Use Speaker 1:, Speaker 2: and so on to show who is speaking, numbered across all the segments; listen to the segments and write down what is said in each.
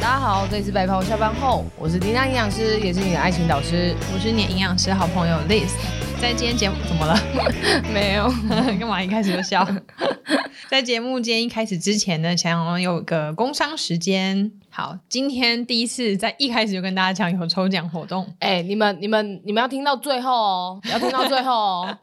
Speaker 1: 大家好，这里是白袍下班后，我是叮当营养师，也是你的爱情导师。
Speaker 2: 我是你的营养师好朋友 Liz，在今天节目怎么了？ 没有，干嘛一开始就笑？ 在节目今天一开始之前呢，想要有个工商时间。好，今天第一次在一开始就跟大家讲有抽奖活动。
Speaker 1: 哎、你们、你们、你们要听到最后 哦，要听到最后哦。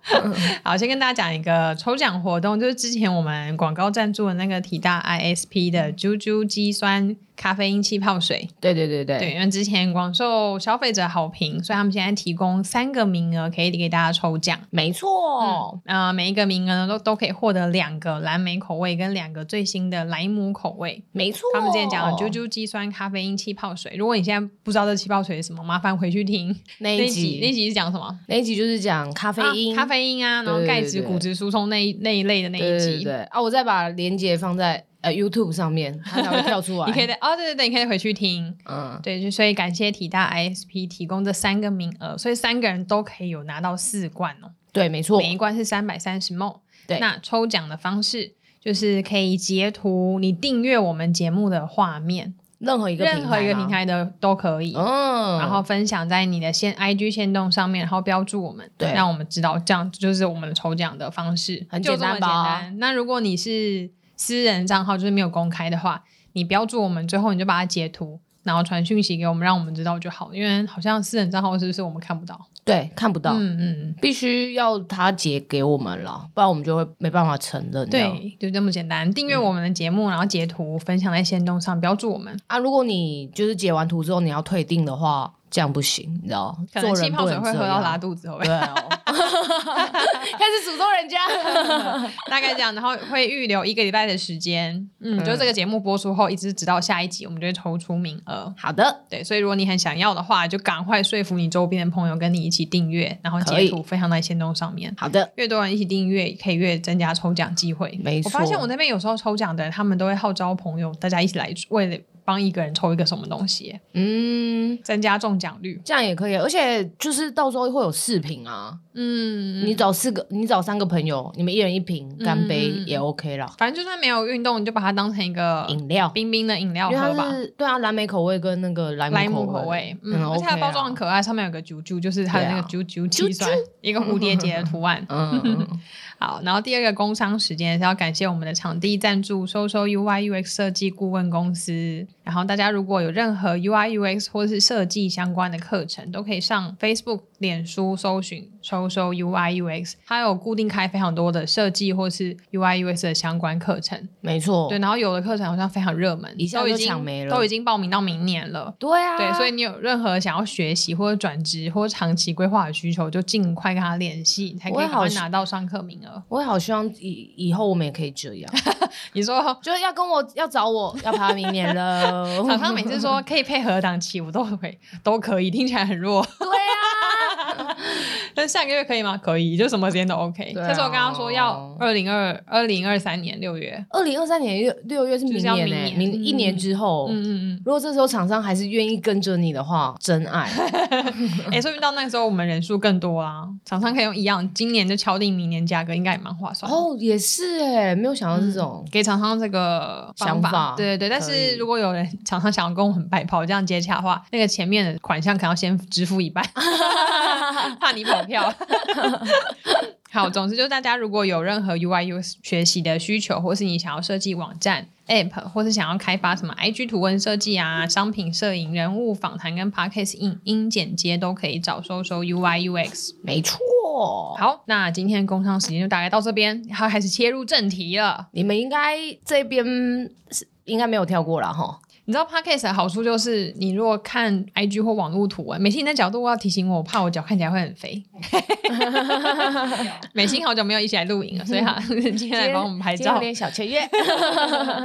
Speaker 2: 好，先跟大家讲一个抽奖活动，就是之前我们广告赞助的那个体大 ISP 的啾啾肌酸咖啡因气泡水。
Speaker 1: 对对对对，
Speaker 2: 对，因为之前广受消费者好评，所以他们现在提供三个名额可以给大家抽奖。
Speaker 1: 没错。
Speaker 2: 哦，呃，每一个名额呢都都可以获得两个蓝莓口味跟两个最新的莱姆口味。
Speaker 1: 没错，
Speaker 2: 他们之前讲的
Speaker 1: 哦
Speaker 2: 啾啾肌酸咖啡因气泡水，如果你现在不知道这气泡水是什么，麻烦回去听
Speaker 1: 那一
Speaker 2: 那一集。那一
Speaker 1: 集，
Speaker 2: 集是讲什么？
Speaker 1: 那一集就是讲咖啡因，
Speaker 2: 啊咖啡因啊，然后
Speaker 1: 对对
Speaker 2: 钙
Speaker 1: 对
Speaker 2: 质、
Speaker 1: 对
Speaker 2: 骨质疏松那一那一类的那
Speaker 1: 对
Speaker 2: 一
Speaker 1: 对
Speaker 2: 集。
Speaker 1: 对对啊，我再把链接放在呃 YouTube 上面，它才会跳出来。
Speaker 2: 你可以在哦，对对对，你可以回去听。
Speaker 1: 嗯，
Speaker 2: 对，就所以感谢体大 ISP 提供这三个名额，所以三个人都可以有拿到四罐哦。
Speaker 1: 对，没错，
Speaker 2: 每一罐是三百三十 ml。
Speaker 1: 对
Speaker 2: 那抽奖的方式就是可以截图你订阅我们节目的画面，
Speaker 1: 任何一个
Speaker 2: 任何一个
Speaker 1: 吗
Speaker 2: 平，台的都可以。
Speaker 1: 嗯，
Speaker 2: 然后分享在你的线 IG 线动上面，然后标注我们，
Speaker 1: 对
Speaker 2: 让我们知道，这样就是我们抽奖的方式，
Speaker 1: 很
Speaker 2: 就
Speaker 1: 简单
Speaker 2: 这么
Speaker 1: 吧
Speaker 2: 简单。那如果你是私人账号，就是没有公开的话，你标注我们之后，你就把它截图，然后传讯息给我们，让我们知道就好。因为好像私人账号是不是我们看不到？
Speaker 1: 对看不到，
Speaker 2: 嗯嗯，嗯
Speaker 1: 必须要他截给我们了，不然我们就会没办法承认这样。
Speaker 2: 对，就这么简单。订阅我们的节目，然后截图分享在线动上，标注我们。
Speaker 1: 啊，如果你就是截完图之后你要退订的话，这样不行，你知道？
Speaker 2: 可
Speaker 1: 做
Speaker 2: 能
Speaker 1: 人
Speaker 2: 气泡水
Speaker 1: 不
Speaker 2: 会
Speaker 1: 能
Speaker 2: 喝
Speaker 1: 这
Speaker 2: 到
Speaker 1: 样
Speaker 2: 拉肚子，会不会
Speaker 1: 对哦，开始诅咒人家。
Speaker 2: 大概这样，然后会预留一个礼拜的时间，嗯，
Speaker 1: 嗯
Speaker 2: 就这个节目播出后，一直直到下一集，我们就会抽出名额。
Speaker 1: 好的，
Speaker 2: 对，所以如果你很想要的话，就赶快说服你周边的朋友跟你一起订阅，然后
Speaker 1: 可以
Speaker 2: 截图分享在线动上面。
Speaker 1: 好的，
Speaker 2: 越多人一起订阅，可以越增加抽奖机会。
Speaker 1: 没错
Speaker 2: 我发现我那边有时候抽奖的人，他们都会号召朋友，大家一起来为了帮一个人抽一个什么东西，
Speaker 1: 嗯，
Speaker 2: 增加中奖率。
Speaker 1: 这样也可以，而且就是到时候会有视频啊，
Speaker 2: 嗯，
Speaker 1: 你找四个，你找三个朋友，你们一人一瓶干杯
Speaker 2: 嗯嗯嗯
Speaker 1: 也 OK 啦，
Speaker 2: 反正就算没有运动，你就把它当成一个
Speaker 1: 饮料。
Speaker 2: 冰冰的饮料
Speaker 1: 因为
Speaker 2: 喝吧
Speaker 1: 它。是对啊，蓝莓口味跟那个莱
Speaker 2: 莱
Speaker 1: 姆
Speaker 2: 姆
Speaker 1: 口
Speaker 2: 口味，
Speaker 1: 嗯
Speaker 2: 嗯，而且它
Speaker 1: OK 啦
Speaker 2: 的包装很可爱，上面有个啾啾，就是它的那个啾啾计算
Speaker 1: 啾，。
Speaker 2: 一个蝴蝶结的图案
Speaker 1: 嗯，嗯嗯
Speaker 2: 好，然后第二个工商时间是要感谢我们的场地赞助收收 UI UX 设计顾问公司。然后大家如果有任何 UI UX 或是设计相关的课程，都可以上 Facebook、脸书搜寻收收 UI UX，它有固定开非常多的设计或是 UI UX 的相关课程。
Speaker 1: 没错
Speaker 2: 对，，然后有的课程好像非常热门，
Speaker 1: 哦一下
Speaker 2: 都
Speaker 1: 就
Speaker 2: 已经
Speaker 1: 抢没了
Speaker 2: 都已经报名到明年了。
Speaker 1: 对啊，
Speaker 2: 对，所以你有任何想要学习或者转职或者长期规划的需求，就尽快跟他联系，才
Speaker 1: 我
Speaker 2: 可
Speaker 1: 也
Speaker 2: 以赶
Speaker 1: 好
Speaker 2: 快
Speaker 1: 希
Speaker 2: 拿到上课名额。
Speaker 1: 我也好希望以以后我们也可以这 样，
Speaker 2: 你 说。
Speaker 1: 就是要跟我要找我要爬明年了
Speaker 2: 厂商每次说可以配合档期，我都会都可以，听起来很弱。
Speaker 1: 对啊，
Speaker 2: 但下个月可以吗？可以，就什么时间都 OK。
Speaker 1: 对啊
Speaker 2: 但是我刚刚说要二零二二零二三年六月，
Speaker 1: 二零二三年六六月是明
Speaker 2: 就是要
Speaker 1: 年
Speaker 2: 明
Speaker 1: 呢、
Speaker 2: 年
Speaker 1: 明一年之后。
Speaker 2: 嗯嗯
Speaker 1: 如果这时候厂商还是愿意跟着你的话，真爱
Speaker 2: 嗯，哎、说不定到那个时候我们人数更多啊，厂商可以用一样，今年就敲定明年价格，应该也蛮划算的。
Speaker 1: 哦，也是哎、没有想到这种，
Speaker 2: 给厂商这个
Speaker 1: 想
Speaker 2: 方法，
Speaker 1: 法
Speaker 2: 对对对。但
Speaker 1: 可以
Speaker 2: 是如果有人厂商想要跟我们白跑这样接洽的话，那个前面的款项可能要先支付一 半，怕你跑票。 好，总之就是大家如果有任何 UI U 学习的需求，或是你想要设计网站、App，或是想要开发什么 IG 图文设计啊、商品摄影、人物访谈跟 Podcast 影音剪接，都可以找收收 UI UX。
Speaker 1: 没错。
Speaker 2: 好，那今天的工商时间就大概到这边，然后开始切入正题了。
Speaker 1: 你们应该这边是应该没有跳过了哈。
Speaker 2: 你知道 podcast 的好处就是，你如果看 IG 或网络图文，美心你的角度我要提醒我，我怕我脚看起来会很 肥。美心好久没有一起来录影了，所 以哈，今天来帮我们拍
Speaker 1: 今天有
Speaker 2: 照。
Speaker 1: 点小雀 跃，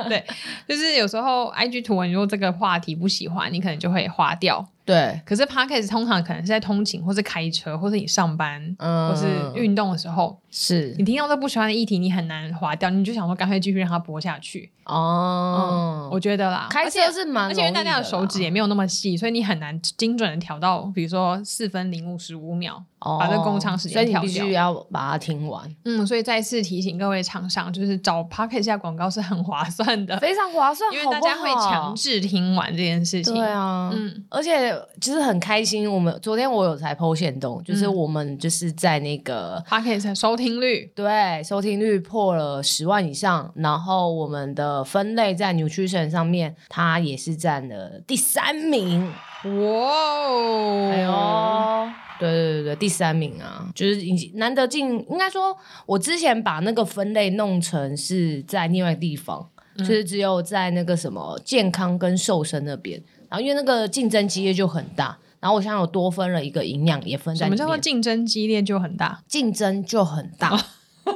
Speaker 2: 对，就是有时候 IG 图文，如果这个话题不喜欢，你可能就会划掉。
Speaker 1: 对，
Speaker 2: 可是 podcast 通常可能是在通勤，或是开车，或是你上班，
Speaker 1: 嗯，
Speaker 2: 或是运动的时候，
Speaker 1: 是
Speaker 2: 你听到这不喜欢的议题，你很难划掉，你就想说干脆继续让它播下去。
Speaker 1: 哦，
Speaker 2: 嗯我觉得啦，
Speaker 1: 开车是蛮
Speaker 2: 而且因为大家的
Speaker 1: 容易
Speaker 2: 手指
Speaker 1: 啦
Speaker 2: 也没有那么细，所以你很难精准的调到，比如说四分零五十五秒，
Speaker 1: 哦
Speaker 2: 把这工厂时间
Speaker 1: 所以你
Speaker 2: 跳
Speaker 1: 必
Speaker 2: 掉
Speaker 1: 须要把它听完，
Speaker 2: 嗯，所以再次提醒各位厂商，就是找 Pocket 下广告是很划算的，
Speaker 1: 非常划算，
Speaker 2: 因为大家会
Speaker 1: 好不好
Speaker 2: 强制听完这件事情。
Speaker 1: 对啊，
Speaker 2: 嗯，
Speaker 1: 而且就是很开心，我们昨天我有才剖线动，就是
Speaker 2: 嗯
Speaker 1: 我们就是在那个
Speaker 2: Pocket 的收听率，
Speaker 1: 对，收听率破了十万以上，然后我们的分类在 nutrition 上面，它也是占了第三名。
Speaker 2: 哇、哦！
Speaker 1: 哎呦，对对对对，第三名啊，就是已经难得进，应该说，我之前把那个分类弄成是在另外一个地方，
Speaker 2: 嗯
Speaker 1: 就是只有在那个什么健康跟瘦身那边，然后因为那个竞争激烈就很大。然后我现在有多分了一个营养，也分在
Speaker 2: 什
Speaker 1: 里
Speaker 2: 么
Speaker 1: 面。
Speaker 2: 叫做竞争激烈就很大？
Speaker 1: 竞争就很 大。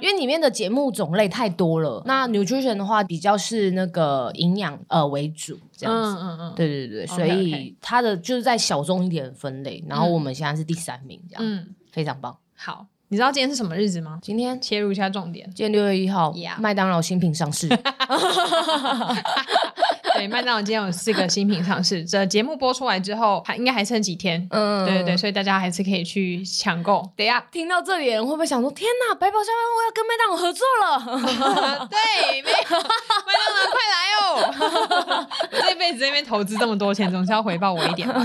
Speaker 1: 因为里面的节目种类太多了，那 nutrition 的话比较是那个营养呃为主这样子，
Speaker 2: 嗯嗯嗯，
Speaker 1: 对对对，所
Speaker 2: OK，OK
Speaker 1: 以它的就是在小众一点的分类，然后我们现在是第三名这样，
Speaker 2: 嗯，
Speaker 1: 非常棒。
Speaker 2: 好，你知道今天是什么日子吗？
Speaker 1: 今天，
Speaker 2: 切入一下重点
Speaker 1: 今天六月一号
Speaker 2: Yeah，
Speaker 1: 麦当劳新品上 市，
Speaker 2: 对，麦当劳今天有四个新品上市，这节目播出来之后，还应该还剩几天，
Speaker 1: 嗯，
Speaker 2: 对对对，。所以大家还是可以去抢购。等一下，
Speaker 1: 听到这里的人会不会想说：“天哪，百宝箱我要跟麦当劳合作了
Speaker 2: 对，没有，麦当劳快来哦！ 我这辈子在那边投资这么多钱，总是要回报我一点吧。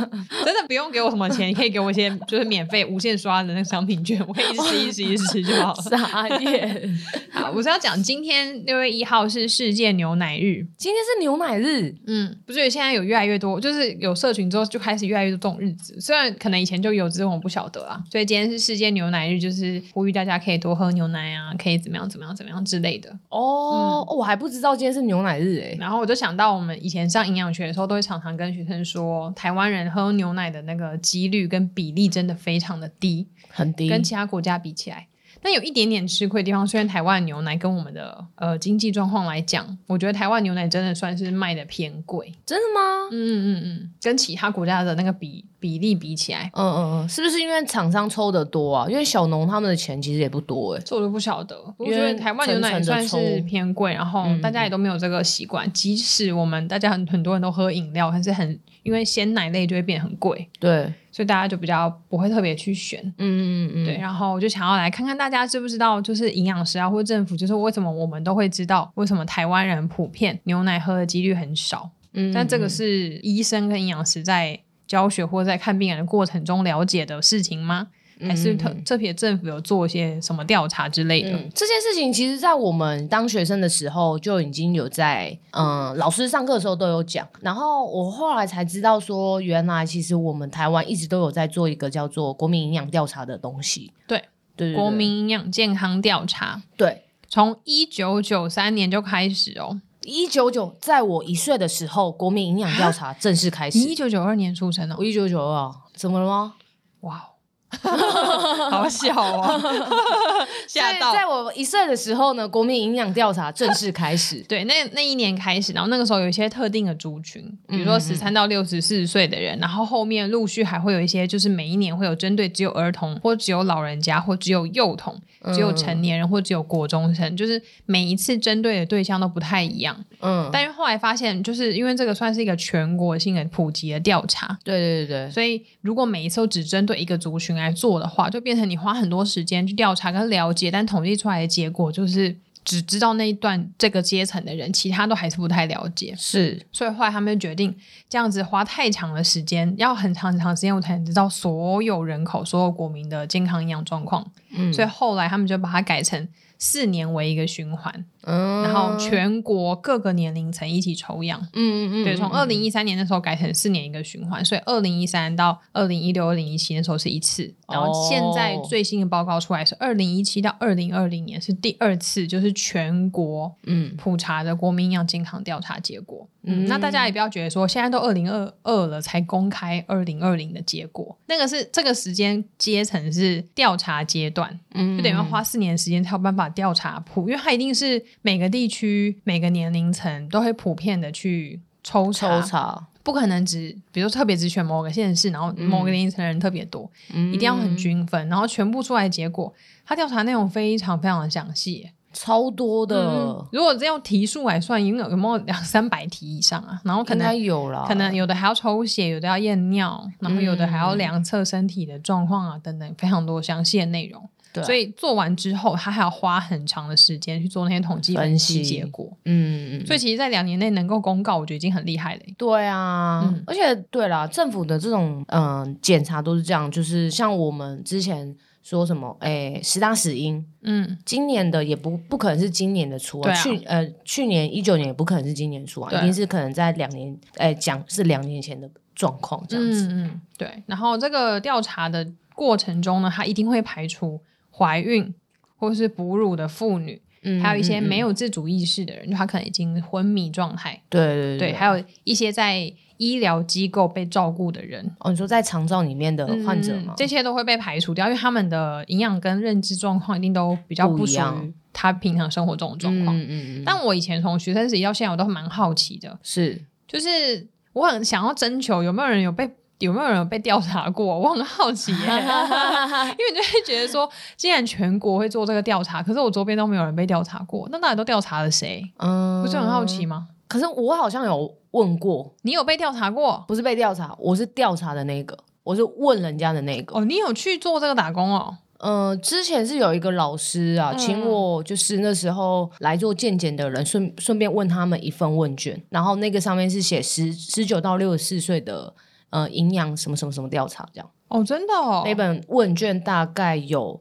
Speaker 2: 真的不用给我什么钱，你可以给我一些就是免费无限刷的那个商品券，我可以一直吃一直吃一直吃就好？” 了。
Speaker 1: 傻眼！
Speaker 2: 好，啊我是要讲今天六月一号是世界牛奶日。
Speaker 1: 今天是牛奶日，
Speaker 2: 嗯，不是现在有越来越多，就是有社群之后就开始越来越多这种日子。虽然可能以前就有，只是我们不晓得啊。所以今天是世界牛奶日，就是呼吁大家可以多喝牛奶啊，可以怎么样怎么样怎么样之类的。
Speaker 1: 哦，哦我还不知道今天是牛奶日欸诶、
Speaker 2: 然后我就想到，我们以前上营养学的时候，都会常常跟学生说，台湾人喝牛奶的那个几率跟比例真的非常的低，
Speaker 1: 很低，
Speaker 2: 跟其他国家比起来。但有一点点吃亏的地方，虽然台湾的牛奶跟我们的呃经济状况来讲，我觉得台湾牛奶真的算是卖的偏贵。
Speaker 1: 真的吗？
Speaker 2: 嗯嗯嗯，跟其他国家的那个比比例比起来，
Speaker 1: 嗯嗯嗯，是不是因为厂商抽的多啊？因为小农他们的钱其实也不多哎、
Speaker 2: 这我就不晓得。我
Speaker 1: 因为
Speaker 2: 觉得台湾牛奶也算
Speaker 1: 层层
Speaker 2: 是
Speaker 1: 地抽
Speaker 2: 偏贵，然后
Speaker 1: 嗯
Speaker 2: 大家也都没有这个习惯。即使我们大家很很多人都喝饮料，但是很因为鲜奶类就会变很贵，
Speaker 1: 对，
Speaker 2: 所以大家就比较不会特别去选。
Speaker 1: 嗯嗯嗯，
Speaker 2: 对，，然后我就想要来看看大家知不知道，就是营养师啊或政府，就是为什么我们都会知道，为什么台湾人普遍牛奶喝的几率很少。
Speaker 1: 嗯
Speaker 2: 但这个
Speaker 1: 嗯
Speaker 2: 是医生跟营养师在教学或在看病人的过程中了解的事情吗？
Speaker 1: 嗯
Speaker 2: 还是特
Speaker 1: 嗯
Speaker 2: 特别政府有做一些什么调查之类的？
Speaker 1: 嗯这件事情，其实，在我们当学生的时候就已经有在，嗯，老师上课的时候都有讲。然后我后来才知道说，原来其实我们台湾一直都有在做一个叫做国民营养调查的东西。
Speaker 2: 对
Speaker 1: 对，对对
Speaker 2: 国民营养健康调查
Speaker 1: 对。
Speaker 2: 从一九九三年就开始哦，
Speaker 1: 一九九，在我一岁的时候，国民营养调查正式开
Speaker 2: 啊你一
Speaker 1: 始。
Speaker 2: 九九二年出生哦
Speaker 1: 我，一九九二啊，怎么了吗？
Speaker 2: 哇 哦，好小哦， 吓
Speaker 1: 所以
Speaker 2: 到。。
Speaker 1: 在我一岁的时候呢，国民营养调查正式开始
Speaker 2: 对，那那一年开始，然后那个时候有一些特定的族群，比
Speaker 1: 嗯
Speaker 2: 如说
Speaker 1: 嗯
Speaker 2: 十三到六十四岁的人，然后后面陆续还会有一些，就是每一年会有针对只有儿童或只有老人家或只有幼童、只
Speaker 1: 嗯
Speaker 2: 有成年人或只有国中生，就是每一次针对的对象都不太一样。
Speaker 1: 嗯，
Speaker 2: 但是后来发现，就是因为这个算是一个全国性的普及的调查，
Speaker 1: 对对对对，
Speaker 2: 所以如果每一次都只针对一个族群来做的话，就变成你花很多时间去调查跟了解，但统计出来的结果就是只知道那一段这个阶层的人，其他都还是不太了解。
Speaker 1: 是
Speaker 2: 所以后来他们就决定这样子花太长的时间，要很长很长时间我才能知道所有人口、所有国民的健康营养状况。
Speaker 1: 嗯
Speaker 2: 所以后来他们就把它改成四年为一个循环，
Speaker 1: 嗯
Speaker 2: 然后全国各个年龄层一起抽样。
Speaker 1: 嗯嗯嗯，
Speaker 2: 对，从
Speaker 1: 嗯
Speaker 2: 二零一三年的时候改成四年一个循环，所以二零一三到二零一六、二零一七那时候是一次，然后现在
Speaker 1: 哦
Speaker 2: 最新的报告出来是二零一七到二零二零年是第二次，就是全国
Speaker 1: 嗯
Speaker 2: 普查的国民营养健康调查结果。
Speaker 1: 嗯
Speaker 2: 嗯，那大家也不要觉得说现在都二零二二了才公开二零二零的结果，那个是这个时间阶层是调查阶段，
Speaker 1: 嗯
Speaker 2: 就等于要
Speaker 1: 嗯
Speaker 2: 花四年时间才有办法调查普，因为它一定是每个地区、每个年龄层都会普遍的去抽查，
Speaker 1: 抽查，
Speaker 2: 不可能只比如说特别只选某个县市，然后
Speaker 1: 嗯
Speaker 2: 某个年龄层的人特别多，
Speaker 1: 一嗯
Speaker 2: 一定要很均分，然后全部出来的结果，它调查内容非常非常的详细耶，
Speaker 1: 超多的
Speaker 2: 嗯，，如果这用题数来算，应该有没有两三百题以上啊？然后可
Speaker 1: 应该
Speaker 2: 能
Speaker 1: 有啦，
Speaker 2: 可能有的还要抽血，有的要验尿，然后有的还要
Speaker 1: 嗯
Speaker 2: 量测身体的状况啊，等等，非常多详细的内容。
Speaker 1: 对，
Speaker 2: 所以做完之后，他还要花很长的时间去做那些统计
Speaker 1: 分
Speaker 2: 分析
Speaker 1: 析
Speaker 2: 结果。
Speaker 1: 嗯，嗯
Speaker 2: 所以其实，在两年内能够公告，我觉得已经很厉害了欸。
Speaker 1: 对啊，
Speaker 2: 嗯
Speaker 1: 而且对啦，政府的这种嗯检查都是这样，就是像我们之前说什么，哎，十大死因，
Speaker 2: 嗯，
Speaker 1: 今年的也不不可能是今年的出
Speaker 2: 对
Speaker 1: 啊，
Speaker 2: 啊
Speaker 1: 去呃去年一九年也不可能是今年出啊，
Speaker 2: 对
Speaker 1: 一定是可能在两年，哎，讲是两年前的状况这样子，
Speaker 2: 嗯嗯，对。然后这个调查的过程中呢，他一定会排除怀孕或是哺乳的妇女，
Speaker 1: 嗯
Speaker 2: 还有一些
Speaker 1: 嗯
Speaker 2: 没，
Speaker 1: 嗯
Speaker 2: 有自主意识的人，就他可能已经昏迷状态，
Speaker 1: 对对
Speaker 2: 对，还有一些在医疗机构被照顾的人。
Speaker 1: 哦，你说在长照里面的呃患者
Speaker 2: 嗯
Speaker 1: 吗？
Speaker 2: 这些都会被排除掉，因为他们的营养跟认知状况一定都比较
Speaker 1: 不
Speaker 2: 不
Speaker 1: 一
Speaker 2: 属
Speaker 1: 样
Speaker 2: 于他平常生活中的状况。
Speaker 1: 嗯嗯嗯，
Speaker 2: 但我以前从学生时期到现在，我都蛮好奇的，
Speaker 1: 是
Speaker 2: 就是我很想要征求有没有人有被有没有人有被调查过， 我很好奇 耶、因为你就会觉得说，既然全国会做这个调查，可是我周边都没有人被调查过，那到底都调查了谁？
Speaker 1: 嗯，
Speaker 2: 不是很好奇吗？
Speaker 1: 可是我好像有问过，
Speaker 2: 你有被调查过？
Speaker 1: 不是被调查，我是调查的那个，我是问人家的那个。
Speaker 2: 哦，你有去做这个打工哦？
Speaker 1: 嗯、之前是有一个老师啊，
Speaker 2: 嗯
Speaker 1: 请我就是那时候来做健检的人，顺顺便问他们一份问卷，然后那个上面是写十十九到六十四岁的呃营养什么什么什么调查这样。
Speaker 2: 哦，真的哦，
Speaker 1: 那本问卷大概有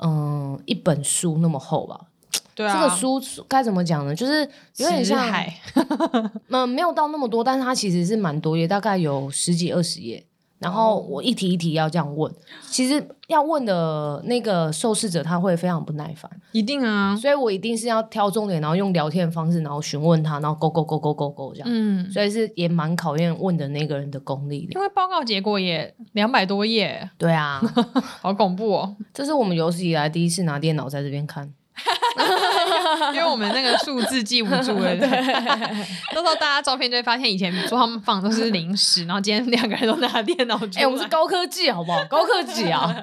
Speaker 1: 嗯、一本书那么厚吧。
Speaker 2: 对啊，
Speaker 1: 这个书该怎么讲呢？就是有点像
Speaker 2: 辞海
Speaker 1: 嗯，没有到那么多，但是它其实是蛮多页，大概有十几二十页。然后
Speaker 2: 哦
Speaker 1: 我一题一题要这样问，其实要问的那个受试者他会非常不耐烦，
Speaker 2: 一定啊，
Speaker 1: 所以我一定是要挑重点，然后用聊天方式，然后询问他，然后勾勾勾勾勾勾这样，
Speaker 2: 嗯，
Speaker 1: 所以是也蛮考验问的那个人的功力的。
Speaker 2: 因为报告结果也两百多页，
Speaker 1: 对啊，
Speaker 2: 好恐怖哦。
Speaker 1: 这是我们有史以来第一次拿电脑在这边 看。
Speaker 2: 因为我们那个数字记不 住了，到时候大家照片就会发现，以前桌上放的都是零食，然后今天两个人都拿电脑出 来。
Speaker 1: 哎、我们是高科技好不 好？高科技啊！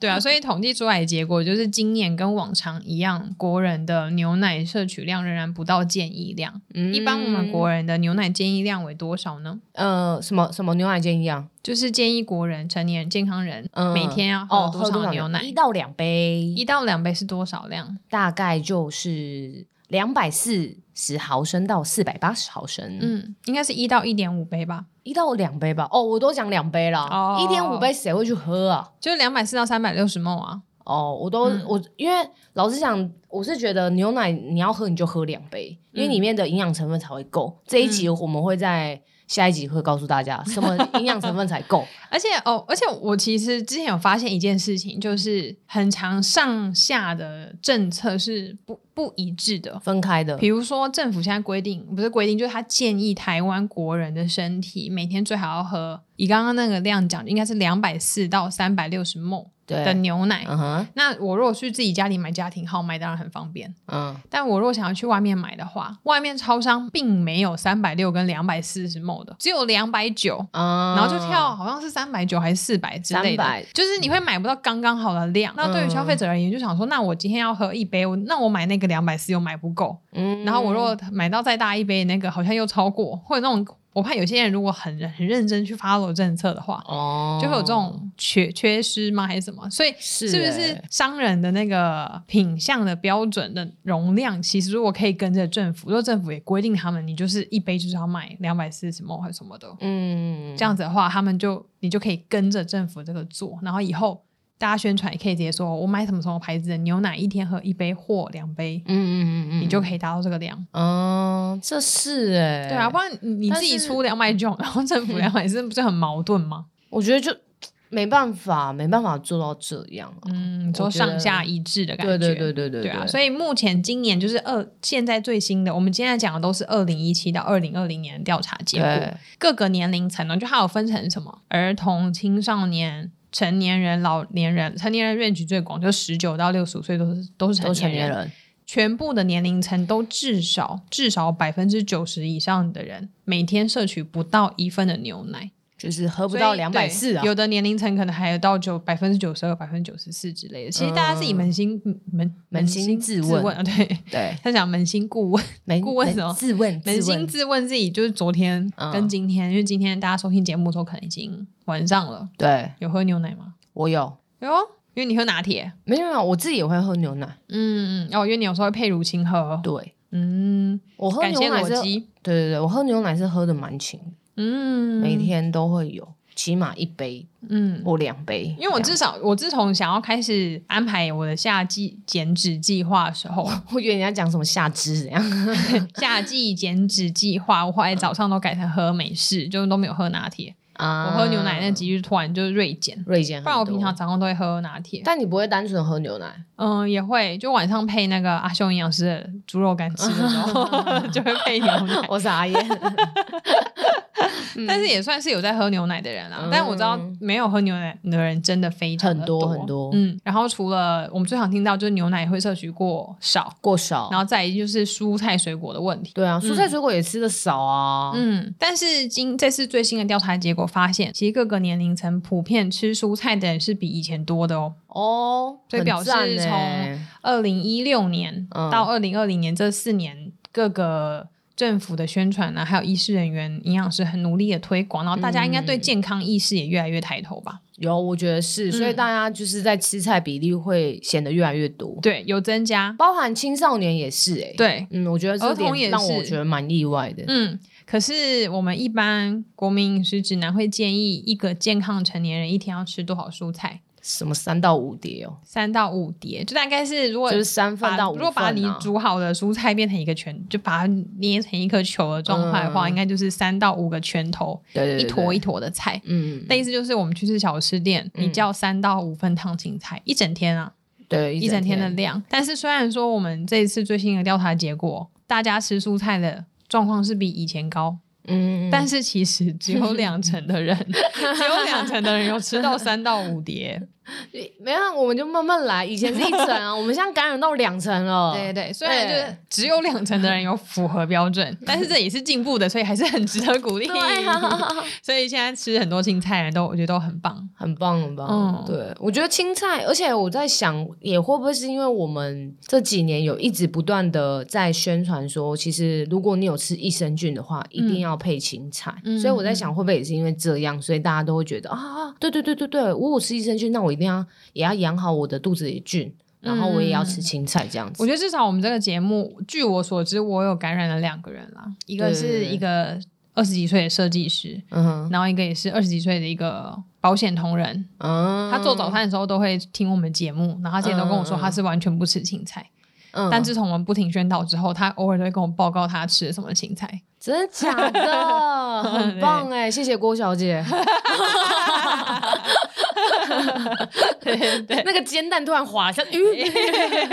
Speaker 2: 对啊，所以统计出来的结果就是，今年跟往常一样，国人的牛奶摄取量仍然不到建议量。一般我们国人的牛奶建议量为多少呢？
Speaker 1: 嗯呃什么什么牛奶建议啊，
Speaker 2: 就是建议国人、成年人、健康人、
Speaker 1: 嗯
Speaker 2: 每天要
Speaker 1: 哦，
Speaker 2: 多
Speaker 1: 喝
Speaker 2: 少
Speaker 1: 少
Speaker 2: 牛奶？
Speaker 1: 一到两杯，
Speaker 2: 一到两杯是多少量？
Speaker 1: 大概就是两百四十毫升到四百八十毫升，嗯，
Speaker 2: 嗯，应该是一到一点五杯吧，
Speaker 1: 一到两杯吧。哦，我都讲两杯啦
Speaker 2: 哦，
Speaker 1: 一点五杯谁会去喝啊？
Speaker 2: 就是两百四到三百六十 ml 啊。
Speaker 1: 哦，我都、
Speaker 2: 嗯
Speaker 1: 我因为老实讲，我是觉得牛奶你要喝你就喝两杯，因为
Speaker 2: 嗯
Speaker 1: 里面的营养成分才会够。这一集我们会在下一集会告诉大家 什么营养成分才够。
Speaker 2: 而且哦，而且我其实之前有发现一件事情，就是很常上下的政策是不不一致的。
Speaker 1: 分开的
Speaker 2: 比，如说，政府现在规定不是规定，就是他建议台湾国人的身体每天最好要喝，以刚刚那个量讲，应该是两百四到三百六十 ml
Speaker 1: 对，
Speaker 2: 的牛奶。
Speaker 1: 嗯哼，
Speaker 2: 那我如果去自己家里买家庭号买，当然很方便。
Speaker 1: 嗯，
Speaker 2: 但我如果想要去外面买的话，外面超商并没有三百六跟两百四十 ml 的，只有两百九。
Speaker 1: 啊
Speaker 2: 然后就跳，好像是三百九还是四百之类的
Speaker 1: 300，
Speaker 2: 就是你会买不到刚刚好的量。那对于消费
Speaker 1: 嗯
Speaker 2: 者而言，就想说，那我今天要喝一杯，我那我买那个两百四又买不够，
Speaker 1: 嗯
Speaker 2: 然后我如果买到再大一杯，那个好像又超过，或者那种我怕有些人如果很很认真去 follow 政策的话，
Speaker 1: 哦，
Speaker 2: 就会有这种缺缺失吗？还是什么？所以
Speaker 1: 是
Speaker 2: 是不是
Speaker 1: 欸
Speaker 2: 商人的那个品相的标准的容量，其实如果可以跟着政府，如果政府也规定他们，你就是一杯就是要卖两百四什么还是什么的，
Speaker 1: 嗯
Speaker 2: 这样子的话，他们就你就可以跟着政府这个做，然后以后大家宣传也可以直接说，我买什么什么牌子的牛奶，一天喝一杯或两杯，
Speaker 1: 嗯嗯嗯嗯，
Speaker 2: 你就可以达到这个量。
Speaker 1: 嗯，这是哎、
Speaker 2: 对啊，不然你你
Speaker 1: 但
Speaker 2: 自己
Speaker 1: 是嗯
Speaker 2: 出两百九，然后政府两百，这不是很矛盾吗？
Speaker 1: 我觉得就没办法，没办法做到这样、啊。
Speaker 2: 嗯，
Speaker 1: 我
Speaker 2: 说
Speaker 1: 觉得
Speaker 2: 上下一致的感觉。
Speaker 1: 对对对对对
Speaker 2: 对啊，所以目前今年就是二，现在最新的，我们今天讲的都是二零一七到二零二零年的调查结果，
Speaker 1: 对
Speaker 2: 各个年龄层呢，就它有分成什么儿童、青少年、成年人、老年人，成年人 range 最广，就十九到六十五岁都是都是
Speaker 1: 都成
Speaker 2: 年
Speaker 1: 年人，
Speaker 2: 全部的年龄层都至少至少百分之九十以上的人每天摄取不到一份的牛奶。
Speaker 1: 就是合不
Speaker 2: 所
Speaker 1: 到
Speaker 2: 以
Speaker 1: 两百
Speaker 2: 对
Speaker 1: 四啊。
Speaker 2: 有的年龄层可能还有到九百分之九十二、百分之九十四之类的。其实大家是以扪心扪
Speaker 1: 哦扪心自
Speaker 2: 问
Speaker 1: 问
Speaker 2: 啊， 对
Speaker 1: 对，
Speaker 2: 他讲扪心顾问，
Speaker 1: 扪
Speaker 2: 顾问
Speaker 1: 扪
Speaker 2: 什么
Speaker 1: 自问，
Speaker 2: 扪心
Speaker 1: 问
Speaker 2: 自问自己，就是昨天
Speaker 1: 嗯
Speaker 2: 跟今天，因为今天大家收听节目的时候可能已经晚上了。
Speaker 1: 对
Speaker 2: 有喝牛奶吗？
Speaker 1: 我有，
Speaker 2: 有，因为你喝拿铁。
Speaker 1: 没有没有，我自己也会喝牛奶。
Speaker 2: 嗯嗯，哦，因为你有时候会配乳清喝。
Speaker 1: 对，
Speaker 2: 嗯，
Speaker 1: 我喝
Speaker 2: 感
Speaker 1: 牛
Speaker 2: 谢
Speaker 1: 奶
Speaker 2: 裸
Speaker 1: 是，对
Speaker 2: 机。
Speaker 1: 对对，我喝牛奶是喝的蛮勤的，
Speaker 2: 嗯，
Speaker 1: 每天都会有起码一杯
Speaker 2: 嗯，
Speaker 1: 或两杯。
Speaker 2: 因为我
Speaker 1: 这
Speaker 2: 至少我自从想要开始安排我的夏季减脂计划的时候，
Speaker 1: 我以为你要讲什么下肢怎样，
Speaker 2: 夏季减脂计划，我后来早上都改成喝美式，就是都没有喝拿铁。
Speaker 1: 啊
Speaker 2: 我喝牛奶那几率突然就锐减，
Speaker 1: 瑞健，
Speaker 2: 不然我平常，早上都会喝拿铁。
Speaker 1: 但你不会单纯喝牛 奶，
Speaker 2: 嗯，也会就晚上配那个阿秀营养师的猪肉干吃的时候， 就会配牛奶。
Speaker 1: 我傻眼。
Speaker 2: 但是也算是有在喝牛奶的人啦，
Speaker 1: 嗯
Speaker 2: 但我知道没有喝牛奶的人真的非常地
Speaker 1: 很多
Speaker 2: 多
Speaker 1: 很多
Speaker 2: 嗯，然后除了我们最常听到就是牛奶会摄取过少，
Speaker 1: 过少，
Speaker 2: 然后再一就是蔬菜水果的问题。
Speaker 1: 对啊，
Speaker 2: 嗯
Speaker 1: 蔬菜水果也吃的少啊。
Speaker 2: 嗯，但是今这次最新的调查结果发现，其实各个年龄层普遍吃蔬菜的人是比以前多的哦。
Speaker 1: 哦，
Speaker 2: 所以
Speaker 1: 很
Speaker 2: 表示
Speaker 1: 赞欸
Speaker 2: 从二零一六年
Speaker 1: 嗯
Speaker 2: 到二零二零年这四年，各个政府的宣传啊，还有医师人员、营养师很努力的推广，然后大家应该对健康意识也越来越抬头吧？
Speaker 1: 有，我觉得是，所以
Speaker 2: 嗯
Speaker 1: 大家就是在吃菜比例会显得越来越多，
Speaker 2: 对，有增加，
Speaker 1: 包含青少年也是哎、欸。，
Speaker 2: 对，
Speaker 1: 嗯，我觉得这
Speaker 2: 儿童也
Speaker 1: 点让我
Speaker 2: 是
Speaker 1: 觉得蛮意外的。
Speaker 2: 嗯。可是我们一般国民饮食指南会建议一个健康成年人一天要吃多少蔬菜？
Speaker 1: 什么三到五碟哦，
Speaker 2: 三到五碟，就大概是如果
Speaker 1: 就是三份
Speaker 2: 把
Speaker 1: 到五
Speaker 2: 如
Speaker 1: 份、啊。
Speaker 2: 果把你煮好的蔬菜变成一个拳，就把它捏成一颗球的状态的话，
Speaker 1: 嗯
Speaker 2: 应该就是三到五个拳头，
Speaker 1: 对对对
Speaker 2: 一坨一
Speaker 1: 一
Speaker 2: 坨的菜。
Speaker 1: 嗯，
Speaker 2: 那意思就是我们去吃小吃店，
Speaker 1: 嗯
Speaker 2: 你叫三到五份烫青菜，一整天啊，
Speaker 1: 对
Speaker 2: 一
Speaker 1: 一
Speaker 2: 整天的
Speaker 1: 天
Speaker 2: 量。但是虽然说我们这一次最新的调查结果，大家吃蔬菜的状况是比以前高，
Speaker 1: 嗯，
Speaker 2: 但是其实只有两成的人，只有两成的人有吃到三到五碟。
Speaker 1: 没有，我们就慢慢来。以前是一层 啊，我们现在感染到两层了。
Speaker 2: 对 对，嗯虽然就是只有两成的人有符合标准，但是这也是进步的，所以还是很值得鼓励。
Speaker 1: 对啊
Speaker 2: 所以现在吃很多青菜的人都我觉得都很棒。
Speaker 1: 很棒，很棒。
Speaker 2: 嗯
Speaker 1: 对，我觉得青菜，而且我在想，也会不会是因为我们这几年有一直不断的在宣传说，其实如果你有吃益生菌的话，一定要配青菜。
Speaker 2: 嗯
Speaker 1: 所以我在想，会不会也是因为这样，所以大家都会觉得啊，对对对对对，我有吃益生菌，那我一定要也要养好我的肚子里的菌，然后我也要吃青菜这样子。
Speaker 2: 嗯我觉得至少我们这个节目，据我所知，我有感染了两个人啦，一个
Speaker 1: 对对
Speaker 2: 是
Speaker 1: 对
Speaker 2: 一个二十几岁的设计师，
Speaker 1: 嗯哼，
Speaker 2: 然后一个也是二十几岁的一个保险同仁。
Speaker 1: 嗯，
Speaker 2: 他做早，餐的时候都会听我们节目，然后他之前都跟我
Speaker 1: 嗯
Speaker 2: 说
Speaker 1: 嗯嗯
Speaker 2: 他是完全不吃青菜，
Speaker 1: 嗯
Speaker 2: 但自从我们不停宣导之后，他偶尔都会跟我报告他吃了什么青 菜。
Speaker 1: 真的假 的，很棒哎，谢谢郭小姐。
Speaker 2: 对对对，
Speaker 1: 那个煎蛋突然滑一 下，嗯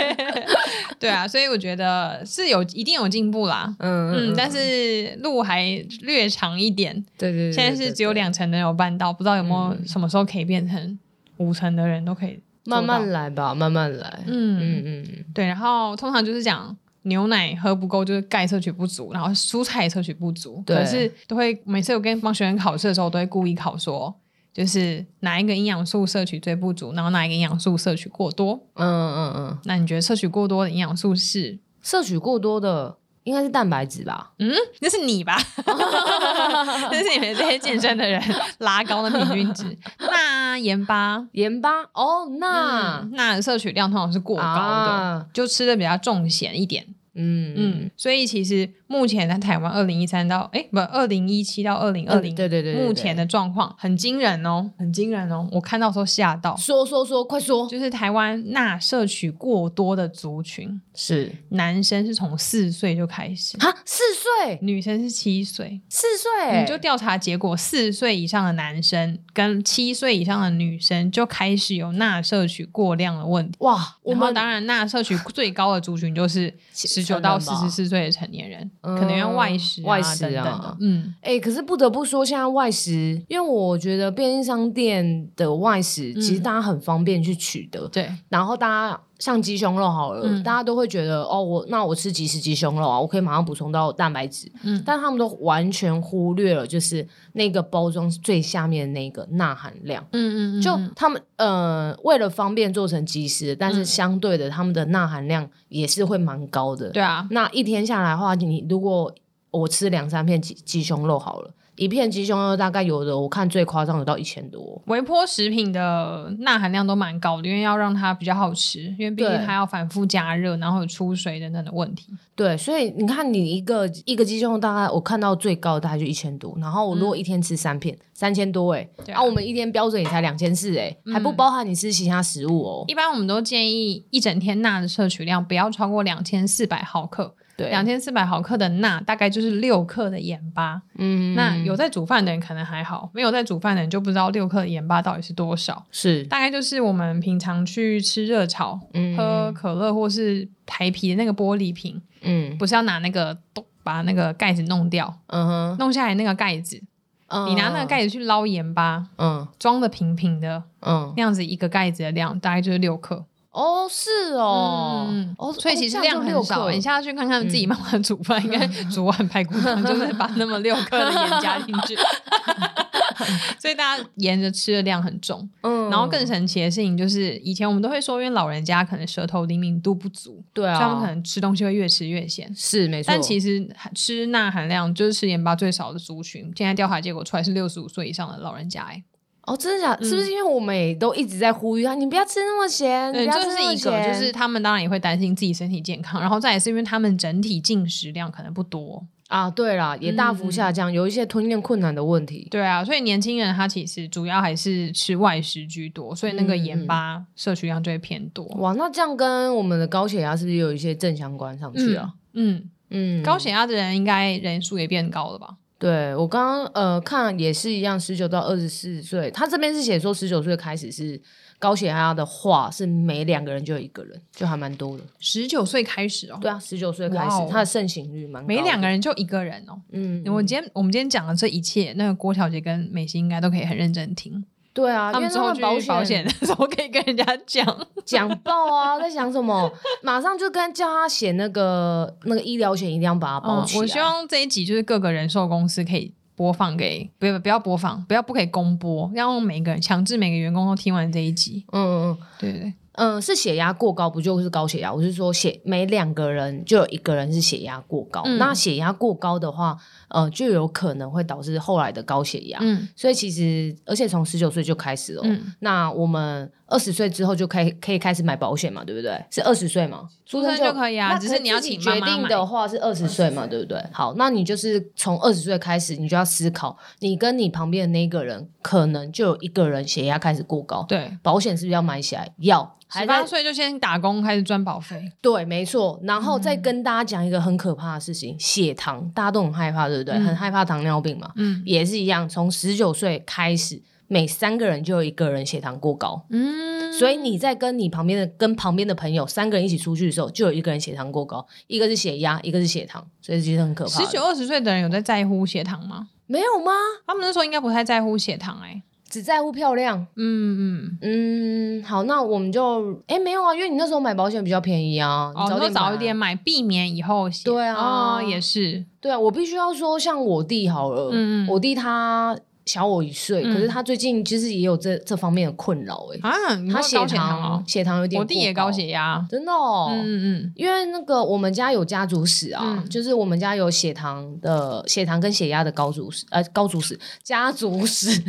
Speaker 2: 对啊，所以我觉得是有一定有进步啦。
Speaker 1: 嗯
Speaker 2: 嗯，但是路还略长一点，
Speaker 1: 对对对，
Speaker 2: 现在
Speaker 1: 对
Speaker 2: 是
Speaker 1: 对嗯
Speaker 2: 只有两成的人有办到，不知道有没有什么时候可以变成五成的人都可以
Speaker 1: 对慢
Speaker 2: 做
Speaker 1: 慢
Speaker 2: 到。
Speaker 1: 来吧，慢慢来。
Speaker 2: 嗯，
Speaker 1: 嗯嗯
Speaker 2: 对。然后通常就是讲牛奶喝不够，就是钙摄取不足，然后蔬菜也摄取不足。
Speaker 1: 对
Speaker 2: 可是都会每次我跟帮学生考试的时候，我都会故意考说，就是哪一个营养素摄取最不足，然后哪一个营养素摄取过多。
Speaker 1: 嗯嗯嗯嗯，
Speaker 2: 那你觉得摄取过多的营养素是？
Speaker 1: 摄取过多的应该是蛋白质吧？
Speaker 2: 嗯，那是你吧？ 那是你们这些健身的人拉高的平均值。那盐巴，
Speaker 1: 盐巴哦，那
Speaker 2: 嗯，那摄取量通常是过高的，
Speaker 1: 啊
Speaker 2: 就吃的比较重咸一点。
Speaker 1: 嗯
Speaker 2: 嗯，所以其实目前在台湾二零一三到哎不二零一七到二零二零，
Speaker 1: 对对对对对
Speaker 2: 目前的状况很惊人哦，很惊人哦，我看到的时候吓到。
Speaker 1: 说说说，快说，
Speaker 2: 就是台湾钠摄取过多的族群，
Speaker 1: 是
Speaker 2: 男生是从四岁就开始，
Speaker 1: 啊，四岁，
Speaker 2: 女生是七岁。
Speaker 1: 四岁欸，
Speaker 2: 你就调查结果，四岁以上的男生跟七岁以上的女生就开始有钠摄取过量的问题。
Speaker 1: 哇，我
Speaker 2: 然后
Speaker 1: 们
Speaker 2: 当然钠摄取最高的族群就是十九到四十四岁的成年人，
Speaker 1: 嗯
Speaker 2: 可能要外食、啊、
Speaker 1: 外食啊
Speaker 2: 等等的。嗯，
Speaker 1: 哎、可是不得不说，现在外食，因为我觉得便利商店的外食，其实
Speaker 2: 嗯
Speaker 1: 大家很方便去取得，
Speaker 2: 对，
Speaker 1: 然后大家像鸡胸肉好了，
Speaker 2: 嗯
Speaker 1: 大家都会觉得哦，我那我吃即食鸡胸肉啊，我可以马上补充到蛋白质。
Speaker 2: 嗯
Speaker 1: 但他们都完全忽略了，就是那个包装最下面的那个钠含量。
Speaker 2: 嗯嗯，
Speaker 1: 就
Speaker 2: 嗯
Speaker 1: 他们呃，为了方便做成即食，但是相对的，他们的钠含量也是会蛮高的。
Speaker 2: 对啊，
Speaker 1: 那一天下来的话，你如果我吃两三片鸡鸡胸肉好了，一片鸡胸肉大概有的我看最夸张有到一千多。
Speaker 2: 微波食品的钠含量都蛮高的，因为要让它比较好吃，因为毕竟
Speaker 1: 对
Speaker 2: 它要反复加热，然后有出水等等的问题。
Speaker 1: 对，所以你看，你一个一个鸡胸肉大概我看到最高大概就一千多，然后我如果一天吃三片，三千多哎、
Speaker 2: 嗯对
Speaker 1: 啊，我们一天标准也才两千四哎，还不
Speaker 2: 嗯
Speaker 1: 包含你吃其他食物哦。
Speaker 2: 一般我们都建议一整天钠的摄取量不要超过两千四百毫克，
Speaker 1: 对，
Speaker 2: 两千四百毫克的钠大概就是六克的盐巴。
Speaker 1: 嗯
Speaker 2: 那有在煮饭的人可能还好，没有在煮饭的人就不知道六克的盐巴到底是多少。
Speaker 1: 是
Speaker 2: 大概就是我们平常去吃热炒、
Speaker 1: 嗯
Speaker 2: 喝可乐或是台啤的那个玻璃瓶，
Speaker 1: 嗯
Speaker 2: 不是要拿那个咚把那个盖子弄掉，
Speaker 1: 嗯
Speaker 2: 弄下来那个盖子，
Speaker 1: 哼，
Speaker 2: 你拿那个盖子去捞盐巴，
Speaker 1: 嗯，
Speaker 2: 装的平平的
Speaker 1: 嗯嗯
Speaker 2: 那样子，一个盖子的量大概就是六克。
Speaker 1: 哦是哦
Speaker 2: 嗯
Speaker 1: 哦，
Speaker 2: 所以其实
Speaker 1: 哦
Speaker 2: 量很少。你，下次去看看
Speaker 1: 嗯
Speaker 2: 自己妈妈煮饭，应 该煮碗排骨汤就是把那么六克的盐加进去。 所以大家沿着吃的量很重，
Speaker 1: 这样就六克嗯
Speaker 2: 然后更神奇的事情就是，以前我们都会说，因为老人家可能舌头灵敏度不足，
Speaker 1: 对
Speaker 2: 所以他们可
Speaker 1: 啊，
Speaker 2: 能吃东西会越吃越咸。
Speaker 1: 是没错，
Speaker 2: 但其实吃钠含量就是吃盐巴最少的族群，现在调查结果出来是六十五岁以上的老人家、欸，
Speaker 1: 哦，真的假的？是不是因为我们也都一直在呼吁他，你不要吃那么咸，你
Speaker 2: 嗯对，
Speaker 1: 不要
Speaker 2: 这
Speaker 1: 吃
Speaker 2: 是
Speaker 1: 那么
Speaker 2: 一个，
Speaker 1: 咸，
Speaker 2: 嗯就是他们当然也会担心自己身体健康，然后再也是因为他们整体进食量可能不多，
Speaker 1: 啊，对啦，也大幅
Speaker 2: 嗯
Speaker 1: 下降，有一些吞咽困难的问题。
Speaker 2: 对啊，所以年轻人他其实主要还是吃外食居多，所以那个
Speaker 1: 嗯
Speaker 2: 盐巴摄取量就会偏多。
Speaker 1: 哇，那这样跟我们的高血压是不是也有一些正相关上去啊？
Speaker 2: 嗯，
Speaker 1: 嗯，
Speaker 2: 高血压的人应该人数也变高了吧？
Speaker 1: 对我刚刚呃看也是一样，十九到二十四岁，他这边是写说十九岁开始是高血压的话，是每两个人就有一个人，就还蛮多的。
Speaker 2: 十九岁开始哦，
Speaker 1: 对啊，十九岁开
Speaker 2: 哇
Speaker 1: 始
Speaker 2: 哦，
Speaker 1: 他的盛行率蛮高的
Speaker 2: 每两个，人就一个人哦。
Speaker 1: 嗯，
Speaker 2: 我今天我们今天讲的这一切，那个郭小姐跟美心应该都可以很认真听。
Speaker 1: 对啊，因为
Speaker 2: 们之
Speaker 1: 他
Speaker 2: 后
Speaker 1: 们
Speaker 2: 去
Speaker 1: 保
Speaker 2: 保险的时候可以跟人家 讲。
Speaker 1: 讲爆啊，在想什么？马上就跟叫他写那个那个医疗险，一定要把它包
Speaker 2: 嗯
Speaker 1: 起，来。
Speaker 2: 我希望这一集就是各个人寿公司可以播放给，不要不要播放，不要不可以公播，要让每个人强制每个员工都听完这一集。
Speaker 1: 嗯，嗯嗯
Speaker 2: 对对对，
Speaker 1: 嗯，是血压过高，不就是高血压？我是说血每两个人就有一个人是血压过高。
Speaker 2: 嗯
Speaker 1: 那血压过高的话，呃，就有可能会导致后来的高血压。
Speaker 2: 嗯
Speaker 1: 所以其实，而且从十九岁就开始了。
Speaker 2: 嗯，
Speaker 1: 那我们二十岁之后就可以可以开始买保险嘛，对不对？是二十岁嘛？出
Speaker 2: 生就可以啊
Speaker 1: 那
Speaker 2: 只是你要请
Speaker 1: 自己决
Speaker 2: 妈妈
Speaker 1: 定
Speaker 2: 买
Speaker 1: 的话是二十岁嘛，对不对？好，那你就是从二十岁开始，你就要思考，你跟你旁边的那个人，可能就有一个人血压开始过高，
Speaker 2: 对。
Speaker 1: 保险是不是要买起来？要，还在
Speaker 2: 十八岁就先打工开始赚保费，
Speaker 1: 对，没错。然
Speaker 2: 嗯
Speaker 1: 后再跟大家讲一个很可怕的事情，血糖，大家都很害怕，对不对？
Speaker 2: 嗯
Speaker 1: 很害怕糖尿病嘛，
Speaker 2: 嗯
Speaker 1: 也是一样，从十九岁开始，每三个人就有一个人血糖过高。
Speaker 2: 嗯，
Speaker 1: 所以你在跟你旁边的跟旁边的朋友三个人一起出去的时候，就有一个人血糖过高，一个是血压，一个是血糖，所以其实很可怕
Speaker 2: 十
Speaker 1: 的。
Speaker 2: 九二十岁的人有在在乎血糖吗？
Speaker 1: 没有吗？
Speaker 2: 他们那时候应该不太在乎血糖哎、
Speaker 1: 只在乎漂亮。
Speaker 2: 嗯嗯，
Speaker 1: 嗯，好，那我们就哎没有啊，因为你那时候买保险比较便宜啊，
Speaker 2: 哦，
Speaker 1: 早
Speaker 2: 都
Speaker 1: 点买啊
Speaker 2: 早一点。买，避免以后血
Speaker 1: 对啊
Speaker 2: 哦也是，
Speaker 1: 对啊，我必须要说，像我弟好了，
Speaker 2: 嗯嗯
Speaker 1: 我弟他小我一岁，
Speaker 2: 嗯
Speaker 1: 可是他最近其实也有这这方面的困扰哎、
Speaker 2: 啊，你
Speaker 1: 他
Speaker 2: 说
Speaker 1: 血
Speaker 2: 高血糖哦，
Speaker 1: 血糖有点，
Speaker 2: 我弟也高，血压，
Speaker 1: 真的哦。
Speaker 2: 嗯嗯
Speaker 1: 因为那个我们家有家族史啊，
Speaker 2: 嗯
Speaker 1: 就是我们家有血糖的血糖跟血压的高族史，呃，高族史家族史，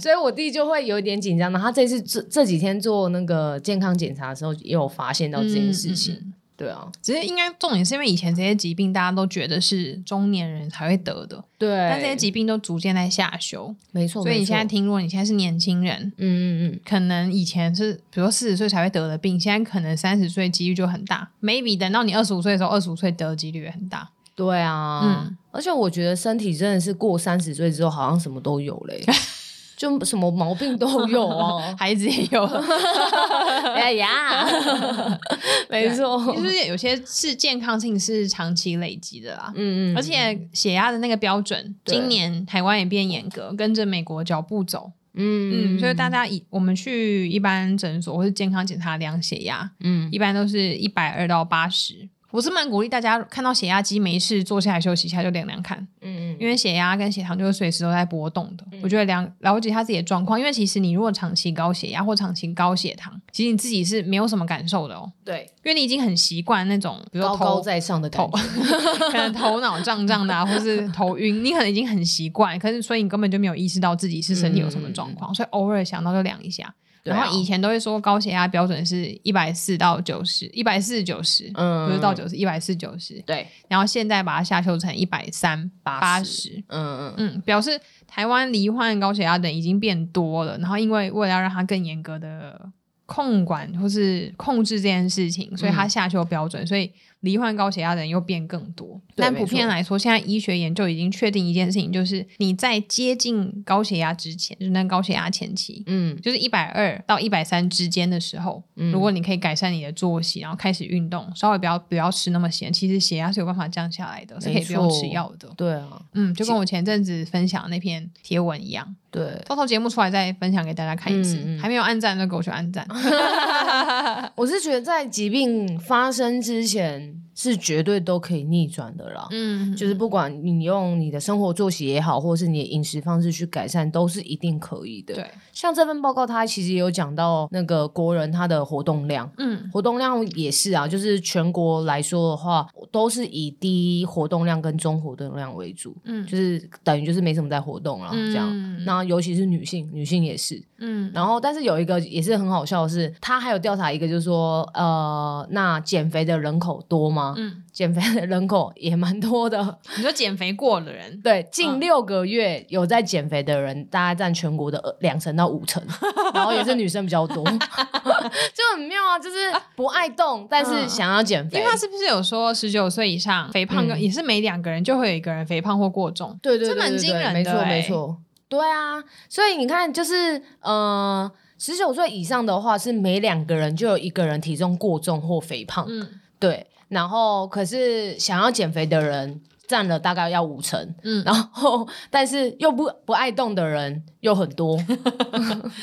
Speaker 1: 所以我弟就会有一点紧张。然后他这次这这几天做那个健康检查的时候，也有发现到
Speaker 2: 嗯，
Speaker 1: 这件事情。
Speaker 2: 嗯嗯嗯
Speaker 1: 对啊，
Speaker 2: 只是应该重点是因为以前这些疾病大家都觉得是中年人才会得的，
Speaker 1: 对，
Speaker 2: 但这些疾病都逐渐在下修，
Speaker 1: 没错，
Speaker 2: 所以你
Speaker 1: 没错
Speaker 2: 现在，听，如果你现在是年轻人，
Speaker 1: 嗯嗯嗯，
Speaker 2: 可能以前是比如说四十岁才会得的病，现在可能三十岁几率就很大，maybe 等到你二十五岁的时候，二十五岁得的几率也很大。
Speaker 1: 对啊，
Speaker 2: 嗯。
Speaker 1: 而且我觉得身体真的是过三十岁之后，好像什么都有嘞、就什么毛病都有哦
Speaker 2: 孩子也 有，
Speaker 1: 哎呀， 没错，
Speaker 2: 就是有些是健康性是长期累积的啦。
Speaker 1: 嗯嗯，
Speaker 2: 而且血压的那个标准，
Speaker 1: 对
Speaker 2: 今年台湾也变严格，跟着美国脚步走。
Speaker 1: 嗯
Speaker 2: 嗯，所以大家以我们去一般诊所或是健康检查量血压，
Speaker 1: 嗯
Speaker 2: 一般都是一百二到八十。我是蛮鼓励大家看到血压机没事坐下来休息一下就量量看，
Speaker 1: 嗯
Speaker 2: 因为血压跟血糖就是随时都在波动的。
Speaker 1: 嗯
Speaker 2: 我觉得量了解他自己的状况，因为其实你如果长期高血压或长期高血糖，其实你自己是没有什么感受的哦，
Speaker 1: 对
Speaker 2: 因为你已经很习惯那种，比如
Speaker 1: 高
Speaker 2: 说
Speaker 1: 高
Speaker 2: 头
Speaker 1: 在上的感
Speaker 2: 头，
Speaker 1: 觉，
Speaker 2: 可能头脑胀 胀的、啊，或是头晕，你可能已经很习惯，可是所以你根本就没有意识到自己是身体有什么状况，所以偶尔想到就量一下。
Speaker 1: 嗯对啊
Speaker 2: 然后以前都会说高血压标准是一百四到九十，一百四九十，
Speaker 1: 嗯
Speaker 2: 不是到九十，一百四九十。
Speaker 1: 对，
Speaker 2: 然后现在把它下修成一百三八十
Speaker 1: 80，嗯嗯
Speaker 2: 嗯，表示台湾罹患高血压的人已经变多了。然后因为为了要让它更严格的控管或是控制这件事情，所以它下修标准，所以罹患高血压的人又变更多。
Speaker 1: 对
Speaker 2: 但
Speaker 1: 没
Speaker 2: 普
Speaker 1: 错
Speaker 2: 遍来说，现在医学研究已经确定一件事情，就是你在接近高血压之前，就是那高血压前期。
Speaker 1: 嗯
Speaker 2: 就是一百二到一百三之间的时候，
Speaker 1: 嗯
Speaker 2: 如果你可以改善你的作息，然后开始运动，稍微不要不要吃那么咸，其实血压是有办法降下来的，是可以不用
Speaker 1: 没错
Speaker 2: 吃药的。
Speaker 1: 对啊
Speaker 2: 嗯，就跟我前阵子分享的那篇贴文一样，
Speaker 1: 对，
Speaker 2: 偷偷节目出来再分享给大家看一次。
Speaker 1: 嗯嗯
Speaker 2: 还没有按赞的给我去按 赞。
Speaker 1: 我是觉得在疾病发生之前是绝对都可以逆转的啦。
Speaker 2: 嗯，
Speaker 1: 就是不管你用你的生活作息也好，或是你的饮食方式去改善，都是一定可以的。
Speaker 2: 对，
Speaker 1: 像这份报告，它其实也有讲到那个国人他的活动量，
Speaker 2: 嗯
Speaker 1: 活动量也是啊，就是全国来说的话，都是以低活动量跟中活动量为主，
Speaker 2: 嗯，
Speaker 1: 就是等于就是没什么在活动了、这样。
Speaker 2: 嗯
Speaker 1: 那尤其是女性，女性也是。
Speaker 2: 嗯
Speaker 1: 然后，但是有一个也是很好笑的是，他还有调查一个，就是说，呃，那减肥的人口多吗？
Speaker 2: 嗯，
Speaker 1: 减肥的人口也蛮多的，
Speaker 2: 你说减肥过的人，
Speaker 1: 对，
Speaker 2: 嗯
Speaker 1: 近六个月有在减肥的人，大概占全国的呃两成到五 成，然后也是女生比较多，就很妙啊，就是不爱动，但是想要减
Speaker 2: 嗯因
Speaker 1: 肥
Speaker 2: 为，他是不是有说十九岁以上肥胖跟、
Speaker 1: 嗯
Speaker 2: 也是每两个人就会有一个人肥胖或过重？
Speaker 1: 对对对
Speaker 2: 这蛮
Speaker 1: 对
Speaker 2: 惊
Speaker 1: 对
Speaker 2: 人
Speaker 1: 没
Speaker 2: 的
Speaker 1: 错
Speaker 2: 欸
Speaker 1: 没错，对啊，所以你看，就是呃，十九岁以上的话，是每两个人就有一个人体重过重或肥胖，
Speaker 2: 嗯
Speaker 1: 对，然后可是想要减肥的人占了大概要五成，
Speaker 2: 嗯，
Speaker 1: 然后 但是又不不爱动的人又很多，。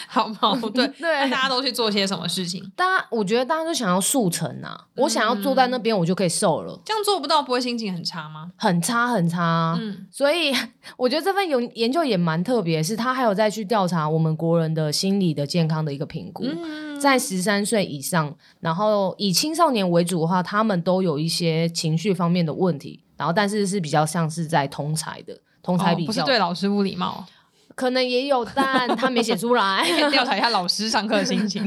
Speaker 2: 好矛盾
Speaker 1: 对
Speaker 2: 那大家都去做些什么事情？
Speaker 1: 大家，我觉得大家都想要速成啊！我想要坐在那
Speaker 2: 嗯
Speaker 1: 边，我就可以瘦了，
Speaker 2: 这样做不到，不会心情很差吗？
Speaker 1: 很差很差啊、
Speaker 2: 嗯
Speaker 1: 所以 我觉得这份有研究也蛮特别，是他还有再去调查我们国人的心理的健康的一个评估。
Speaker 2: 嗯，
Speaker 1: 在十三岁以上，然后以青少年为主的话，他们都有一些情绪方面的问题，然后但是是比较像是在通才的通才
Speaker 2: 哦
Speaker 1: 比
Speaker 2: 不
Speaker 1: 较，
Speaker 2: 是对老师不礼 貌，
Speaker 1: 可能也有，但他没写出来。
Speaker 2: 可以调查一下老师上课的心情。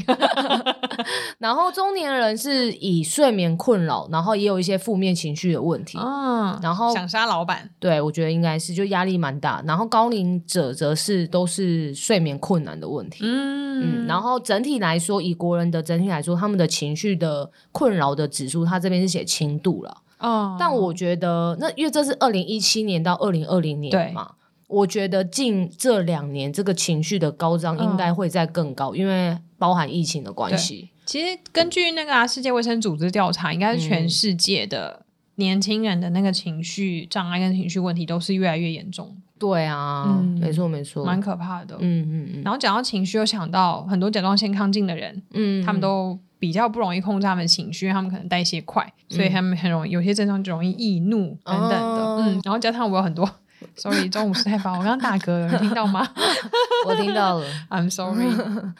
Speaker 1: 然后中年人是以睡眠困扰，然后也有一些负面情绪的问题。
Speaker 2: 嗯，
Speaker 1: 然后
Speaker 2: 想杀老板，
Speaker 1: 对，我觉得应该是就压力蛮大，然后高龄者则是都是睡眠困难的问题。
Speaker 2: 嗯
Speaker 1: 嗯，然后整体来说，以国人的整体来说，他们的情绪的困扰的指数，它这边是写轻度了。
Speaker 2: 哦
Speaker 1: 但我觉得，那因为这是二零一七年到二零二零
Speaker 2: 对
Speaker 1: 年嘛，我觉得近这两年这个情绪的高涨应该会再更高，因为包含疫情的关
Speaker 2: 嗯对
Speaker 1: 系。
Speaker 2: 其实根据那个啊，世界卫生组织调查，应该
Speaker 1: 嗯
Speaker 2: 是全世界的年轻人的那个情绪障碍跟情绪问题都是越来越严重，
Speaker 1: 对啊，
Speaker 2: 嗯
Speaker 1: 没错没错。
Speaker 2: 蛮
Speaker 1: 嗯
Speaker 2: 可怕的。
Speaker 1: 嗯嗯，
Speaker 2: 然后讲到情绪，又想到很多甲状腺亢进的人，
Speaker 1: 嗯，
Speaker 2: 他们都比较不容易控制他们的情绪，因为他们可能代谢快，所以他们很容易有些症状就容易易怒等等的。
Speaker 1: 嗯哦
Speaker 2: 嗯，然后加上我 有很多，sorry，中午吃太饱，我刚刚打嗝，有人听到吗？
Speaker 1: 我听到了，
Speaker 2: I'm sorry，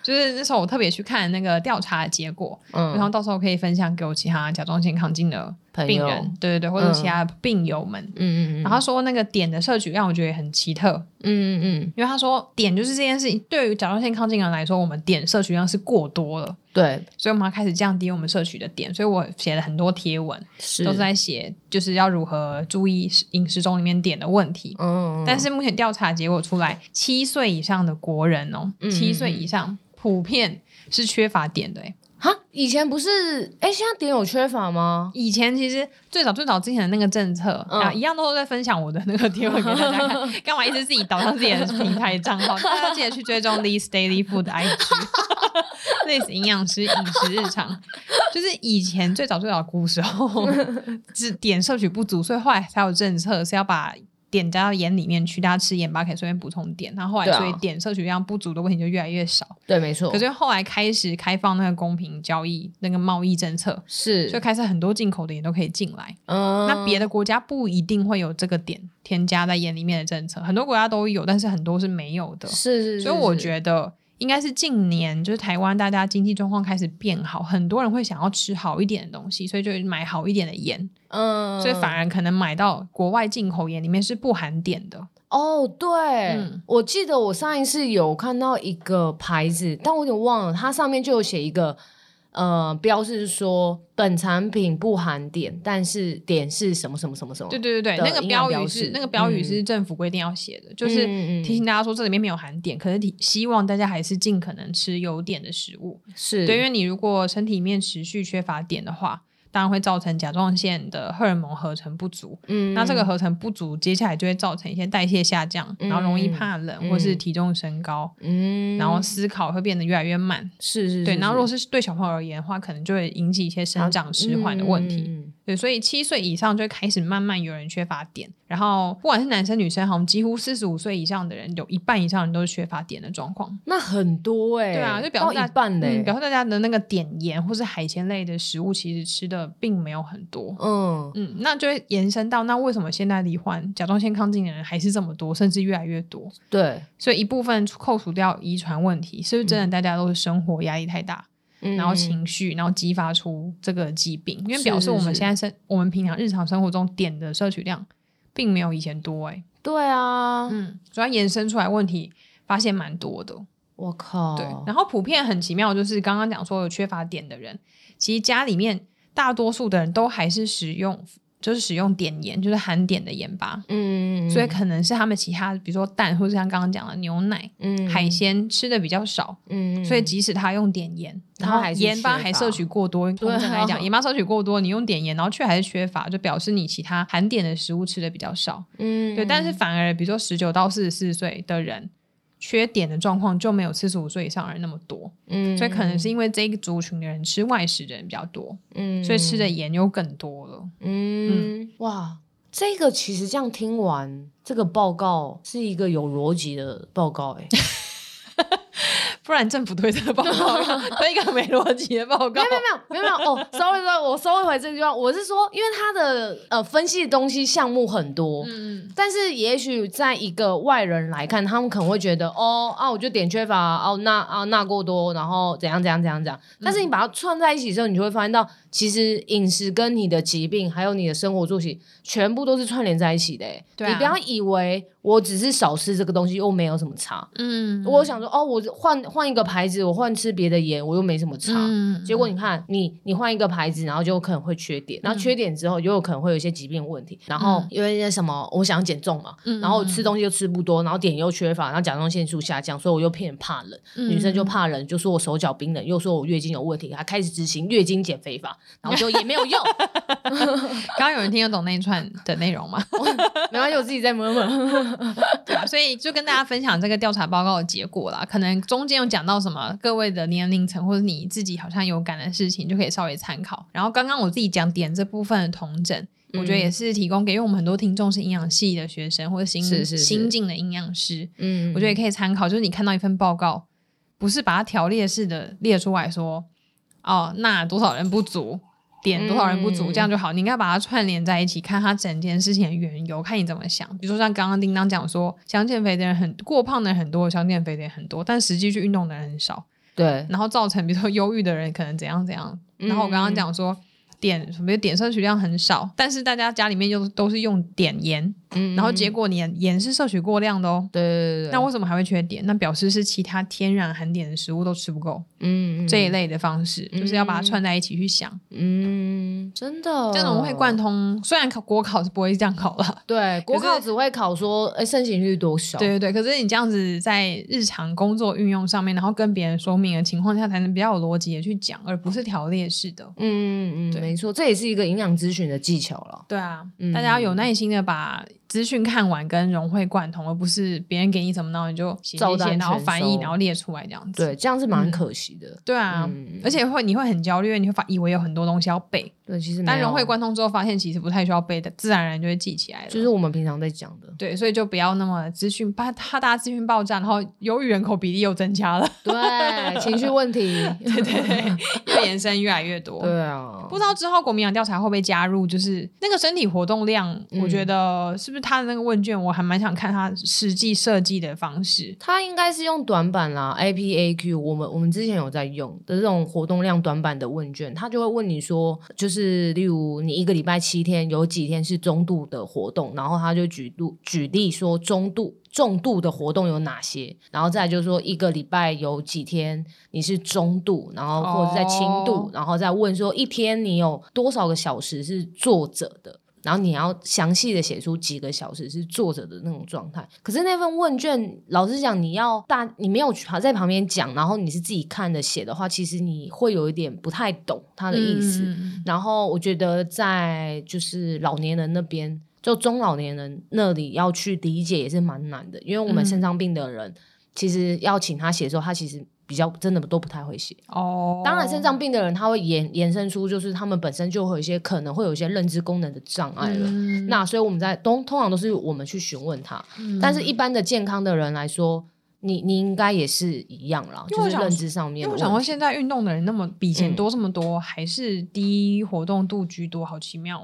Speaker 2: 就是那时候我特别去看那个调查结果，然后
Speaker 1: 嗯，
Speaker 2: 到时候可以分享给我其他甲状腺亢进的
Speaker 1: 朋
Speaker 2: 病
Speaker 1: 友，
Speaker 2: 人，对对对，或者其他病友们。
Speaker 1: 嗯嗯嗯
Speaker 2: 然后他说那个碘的摄取量，我觉得也很奇特，
Speaker 1: 嗯嗯嗯，
Speaker 2: 因为他说碘就是这件事情，对于甲状腺亢进的人来说，我们碘摄取量是过多了，
Speaker 1: 对，
Speaker 2: 所以我们要开始降低我们摄取的碘。所以我写了很多贴文，
Speaker 1: 是
Speaker 2: 都是在写就是要如何注意饮食中里面碘的问题。
Speaker 1: 嗯，
Speaker 2: 但是目前调查结果出来，七岁以上的国人哦，
Speaker 1: 嗯
Speaker 2: 七岁以上普遍是缺乏碘的欸。
Speaker 1: 哈，以前不是，哎，现在点有缺乏吗？
Speaker 2: 以前其实最早最早之前的那个政策、
Speaker 1: 嗯
Speaker 2: 啊，一样都在分享我的那个贴文给大家看，干嘛一直自己导向自己的平台账号？大家记得去追踪 Lise Daily Food 的 IG。类似营养师饮食日常，就是以前最早最早古时候是碘摄取不足，所以后来才有政策是要把点加到盐里面去，大家吃盐巴可以顺便补充碘。然后后
Speaker 1: 对
Speaker 2: 来
Speaker 1: 啊哦
Speaker 2: 所以碘摄取量不足的问题就越来越少。
Speaker 1: 对，没错，
Speaker 2: 可是后来开始开放那个公平交易那个贸易政策，所以
Speaker 1: 是
Speaker 2: 开始很多进口的盐都可以进来。
Speaker 1: 嗯，
Speaker 2: 那别的国家不一定会有这个点添加在盐里面的政策，很多国家都有，但是很多是没有的。
Speaker 1: 是是，
Speaker 2: 所以我
Speaker 1: 得
Speaker 2: 觉得应该是近年就是台湾大家经济状况开始变好，很多人会想要吃好一点的东西，所以就买好一点的盐，
Speaker 1: 嗯，
Speaker 2: 所以反而可能买到国外进口盐里面是不含碘的。
Speaker 1: 哦，对、
Speaker 2: 嗯
Speaker 1: 我记得我上一次有看到一个牌子，但我有点忘了，它上面就有写一个呃标示说本产品不含碘，但是碘是什么什么什么什么，
Speaker 2: 对对对
Speaker 1: 的
Speaker 2: 对，那个
Speaker 1: 营养
Speaker 2: 标
Speaker 1: 标
Speaker 2: 语
Speaker 1: 示
Speaker 2: 是那个标语
Speaker 1: 嗯
Speaker 2: 是政府规定要写的，就
Speaker 1: 嗯
Speaker 2: 是。
Speaker 1: 嗯嗯
Speaker 2: 提醒大家说，这里面没有含碘，可是提希望大家还是尽可能吃有碘的食物。
Speaker 1: 是
Speaker 2: 对，因为你如果身体里面持续缺乏碘的话，当然会造成甲状腺的荷尔蒙合成不足。
Speaker 1: 嗯
Speaker 2: 那这个合成不足，接下来就会造成一些代谢下降，然后容易怕冷、
Speaker 1: 嗯
Speaker 2: 或是体重升高，
Speaker 1: 嗯
Speaker 2: 然后思考会变得越来越慢。
Speaker 1: 是是
Speaker 2: 对，
Speaker 1: 是
Speaker 2: 然后
Speaker 1: 是啊
Speaker 2: 如果是对小朋友而言的话，可能就会引起一些生长迟缓的问题。
Speaker 1: 嗯
Speaker 2: 对，所以七岁以上就会开始慢慢有人缺乏碘，然后不管是男生女生，好像几乎四十五岁以上的人，有一半以上人都是缺乏碘的状况。
Speaker 1: 那很多哎、欸，
Speaker 2: 对啊，就表示
Speaker 1: 到
Speaker 2: 大
Speaker 1: 一半欸嘞、
Speaker 2: 嗯，表示大家的那个碘盐或是海鲜类的食物，其实吃的并没有很多。
Speaker 1: 嗯
Speaker 2: 嗯，那就会延伸到那为什么现在罹患甲状腺亢进的人还是这么多，甚至越来越多？
Speaker 1: 对，
Speaker 2: 所以一部分扣除掉遗传问题，是不是真的大家都是生活压力太大，
Speaker 1: 嗯
Speaker 2: 然后情绪，然后激发出这个疾病？因
Speaker 1: 是
Speaker 2: 为表示我们
Speaker 1: 是
Speaker 2: 现在生我们平常日常生活中碘的摄取量并没有以前多哎、
Speaker 1: 对啊，
Speaker 2: 嗯，主要延伸出来问题发现蛮多的。
Speaker 1: 我靠，
Speaker 2: 对，然后普遍很奇妙，就是刚刚讲说有缺乏碘的人，其实家里面大多数的人都还是使用，就是使用碘盐，就是含碘的盐巴。
Speaker 1: 嗯，
Speaker 2: 所以可能是他们其他，比如说蛋，或是像刚刚讲的牛奶、
Speaker 1: 嗯
Speaker 2: 海，鲜吃的比较少，
Speaker 1: 嗯
Speaker 2: 所以即使他用碘盐，
Speaker 1: 然
Speaker 2: 然
Speaker 1: 后
Speaker 2: 后
Speaker 1: 还是
Speaker 2: 盐巴
Speaker 1: 缺
Speaker 2: 还
Speaker 1: 乏
Speaker 2: 摄取过多，通
Speaker 1: 对啊
Speaker 2: 常来讲，盐巴摄取过多，你用碘盐，然后却还是缺乏，就表示你其他含碘的食物吃的比较少。
Speaker 1: 嗯
Speaker 2: 对，但是反而比如说十九到四十四岁的人，缺碘的状况就没有四十五岁以上的人那么多。
Speaker 1: 嗯
Speaker 2: 所以可能是因为这个族群的人吃外食的人比较多，
Speaker 1: 嗯
Speaker 2: 所以吃的盐又更多了。
Speaker 1: 嗯哇，这个其实这样听完，这个报告是一个有逻辑的报告、 欸，哎，
Speaker 2: 不然政府推这个 报告，推一个没逻辑的报告
Speaker 1: 没有。没有没有没有哦，sorry sorry，我收回这句话，我是说，因为它的呃分析的东西项目很多。
Speaker 2: 嗯，
Speaker 1: 但是，也许在一个外人来看，他们可能会觉得，哦啊，我就点缺乏，哦钠啊钠过多，然后怎样怎样怎样怎样。
Speaker 2: 嗯
Speaker 1: 但是你把它串在一起之后，你就会发现到，其实饮食跟你的疾病，还有你的生活作息，全部都是串联在一起的、欸。
Speaker 2: 对啊
Speaker 1: 你不要以为我只是少吃这个东西，又没有什么差。
Speaker 2: 嗯
Speaker 1: 我想说，哦，我换换一个牌子，我换吃别的盐，我又没什么差。
Speaker 2: 嗯
Speaker 1: 结果你看，你你换一个牌子，然后就有可能会缺碘，然后缺碘之后又有可能会有一些疾病问题，然后
Speaker 2: 嗯
Speaker 1: 因为一些什么，我想减重嘛，
Speaker 2: 嗯
Speaker 1: 然后吃东西又吃不多，然后碘又缺乏，然后甲状腺素下降，所以我又变怕冷，
Speaker 2: 嗯
Speaker 1: 女生就怕冷，就说我手脚冰冷，又说我月经有问题，还开始执行月经减肥法，然后就也没有用，
Speaker 2: 刚刚有人听得懂那一串的内容吗？
Speaker 1: 没关系，我自己在摸摸。
Speaker 2: 对啊，所以就跟大家分享这个调查报告的结果啦。可能中间有讲到什么各位的年龄层或者你自己好像有感的事情，就可以稍微参考。然后刚刚我自己讲点这部分的同诊，我觉得
Speaker 1: 嗯
Speaker 2: 也是提供给，因为我们很多听众是营养系的学生或者新
Speaker 1: 是是是
Speaker 2: 新进的营养师，
Speaker 1: 嗯
Speaker 2: 我觉得也可以参考。就是你看到一份报告，不是把它条列式的列出来说，哦，那多少人不足，点多少人不足，
Speaker 1: 嗯
Speaker 2: 这样就好。你应该把它串联在一起，看它整件事情的缘由，看你怎么想。比如说像刚刚叮当讲说，想减肥的人很过胖的人很多，想减肥的人很多，但实际去运动的人很少，
Speaker 1: 对，
Speaker 2: 然后造成比如说忧郁的人可能怎样怎样。然后我刚刚
Speaker 1: 嗯
Speaker 2: 讲说。点什么点摄取量很少，但是大家家里面又都是用碘盐，
Speaker 1: 嗯
Speaker 2: 然后结果你盐是摄取过量的哦，
Speaker 1: 对对对对，
Speaker 2: 那为什么还会缺碘？那表示是其他天然含碘的食物都吃不够、
Speaker 1: 嗯嗯
Speaker 2: 这一类的方式，就是要把它串在一起去想。
Speaker 1: 嗯，真的，
Speaker 2: 这种会贯通，虽然考国考是不会这样考啦。
Speaker 1: 对，国
Speaker 2: 可
Speaker 1: 考
Speaker 2: 是
Speaker 1: 只会考说，哎、盛行率多少？
Speaker 2: 对对对，可是你这样子在日常工作运用上面，然后跟别人说明的情况下，才能比较有逻辑的去讲，而不是条列式的。
Speaker 1: 嗯，嗯嗯，
Speaker 2: 对
Speaker 1: 没错，这也是一个营养咨询的技巧了。
Speaker 2: 对啊，
Speaker 1: 嗯
Speaker 2: 大家要有耐心的把资讯看完跟融会贯通，而不是别人给你什么，然后你就写
Speaker 1: 照
Speaker 2: 写
Speaker 1: 单
Speaker 2: 写，然后
Speaker 1: 全
Speaker 2: 翻译，
Speaker 1: 收
Speaker 2: 然后列出来这样子。
Speaker 1: 对，这样是蛮
Speaker 2: 嗯
Speaker 1: 可惜的。
Speaker 2: 对啊，
Speaker 1: 嗯
Speaker 2: 而且会你会很焦虑，因为你会发以为有很多东西要背，
Speaker 1: 对，其实没
Speaker 2: 但
Speaker 1: 有啊
Speaker 2: 融会贯通之后，发现其实不太需要背的，自然而然就会记起来了。。
Speaker 1: 就是我们平常在讲的
Speaker 2: 对，所以就不要那么资讯，怕怕大家资讯爆炸，然后忧郁人口比例又增加了，
Speaker 1: 对，情绪问题。
Speaker 2: 对对对，又延伸越来越 多。
Speaker 1: 对啊
Speaker 2: 不，知道之后国民党调查会不会加入，就是那个身体活动量，
Speaker 1: 嗯
Speaker 2: 我觉得是不是他的那个问卷，我还蛮想看他实际设计的方式。
Speaker 1: 它应该是用短板啦，A P A Q，我们我们之前有在用的这种活动量短板的问卷，它就会问你说，就是例如你一个礼拜七天有几天是中度的活动，然后他就举度举例说中度。重度的活动有哪些？然后再来就是说，一个礼拜有几天你是中度，然后或者在轻度，
Speaker 2: 哦
Speaker 1: 然后再问说一天你有多少个小时是坐着的，然后你要详细的写出几个小时是坐着的那种状态。可是那份问卷，老实讲，你要大你没有去在旁边讲，然后你是自己看着写的话，其实你会有一点不太懂它的意思。
Speaker 2: 嗯
Speaker 1: 然后我觉得在就是老年人那边，就中老年人那里要去理解也是蛮难的，因为我们
Speaker 2: 嗯
Speaker 1: 肾脏病的人，其实要请他写的时候，他其实比较真的都不太会写。
Speaker 2: 哦，
Speaker 1: 当然，肾脏病的人他会延延伸出，就是他们本身就会有一些可能会有一些认知功能的障碍了。
Speaker 2: 嗯
Speaker 1: 那所以我们在通通常都是我们去询问他，但
Speaker 2: 嗯
Speaker 1: 是一般的健康的人来说，你你应该也是一样啦，
Speaker 2: 因
Speaker 1: 就是
Speaker 2: 为我想
Speaker 1: 认知上
Speaker 2: 因
Speaker 1: 面的
Speaker 2: 为我想
Speaker 1: 问
Speaker 2: 说，
Speaker 1: 题。
Speaker 2: 现在运动的人那么比以前
Speaker 1: 嗯
Speaker 2: 多这么多，还是低活动度居多，好奇妙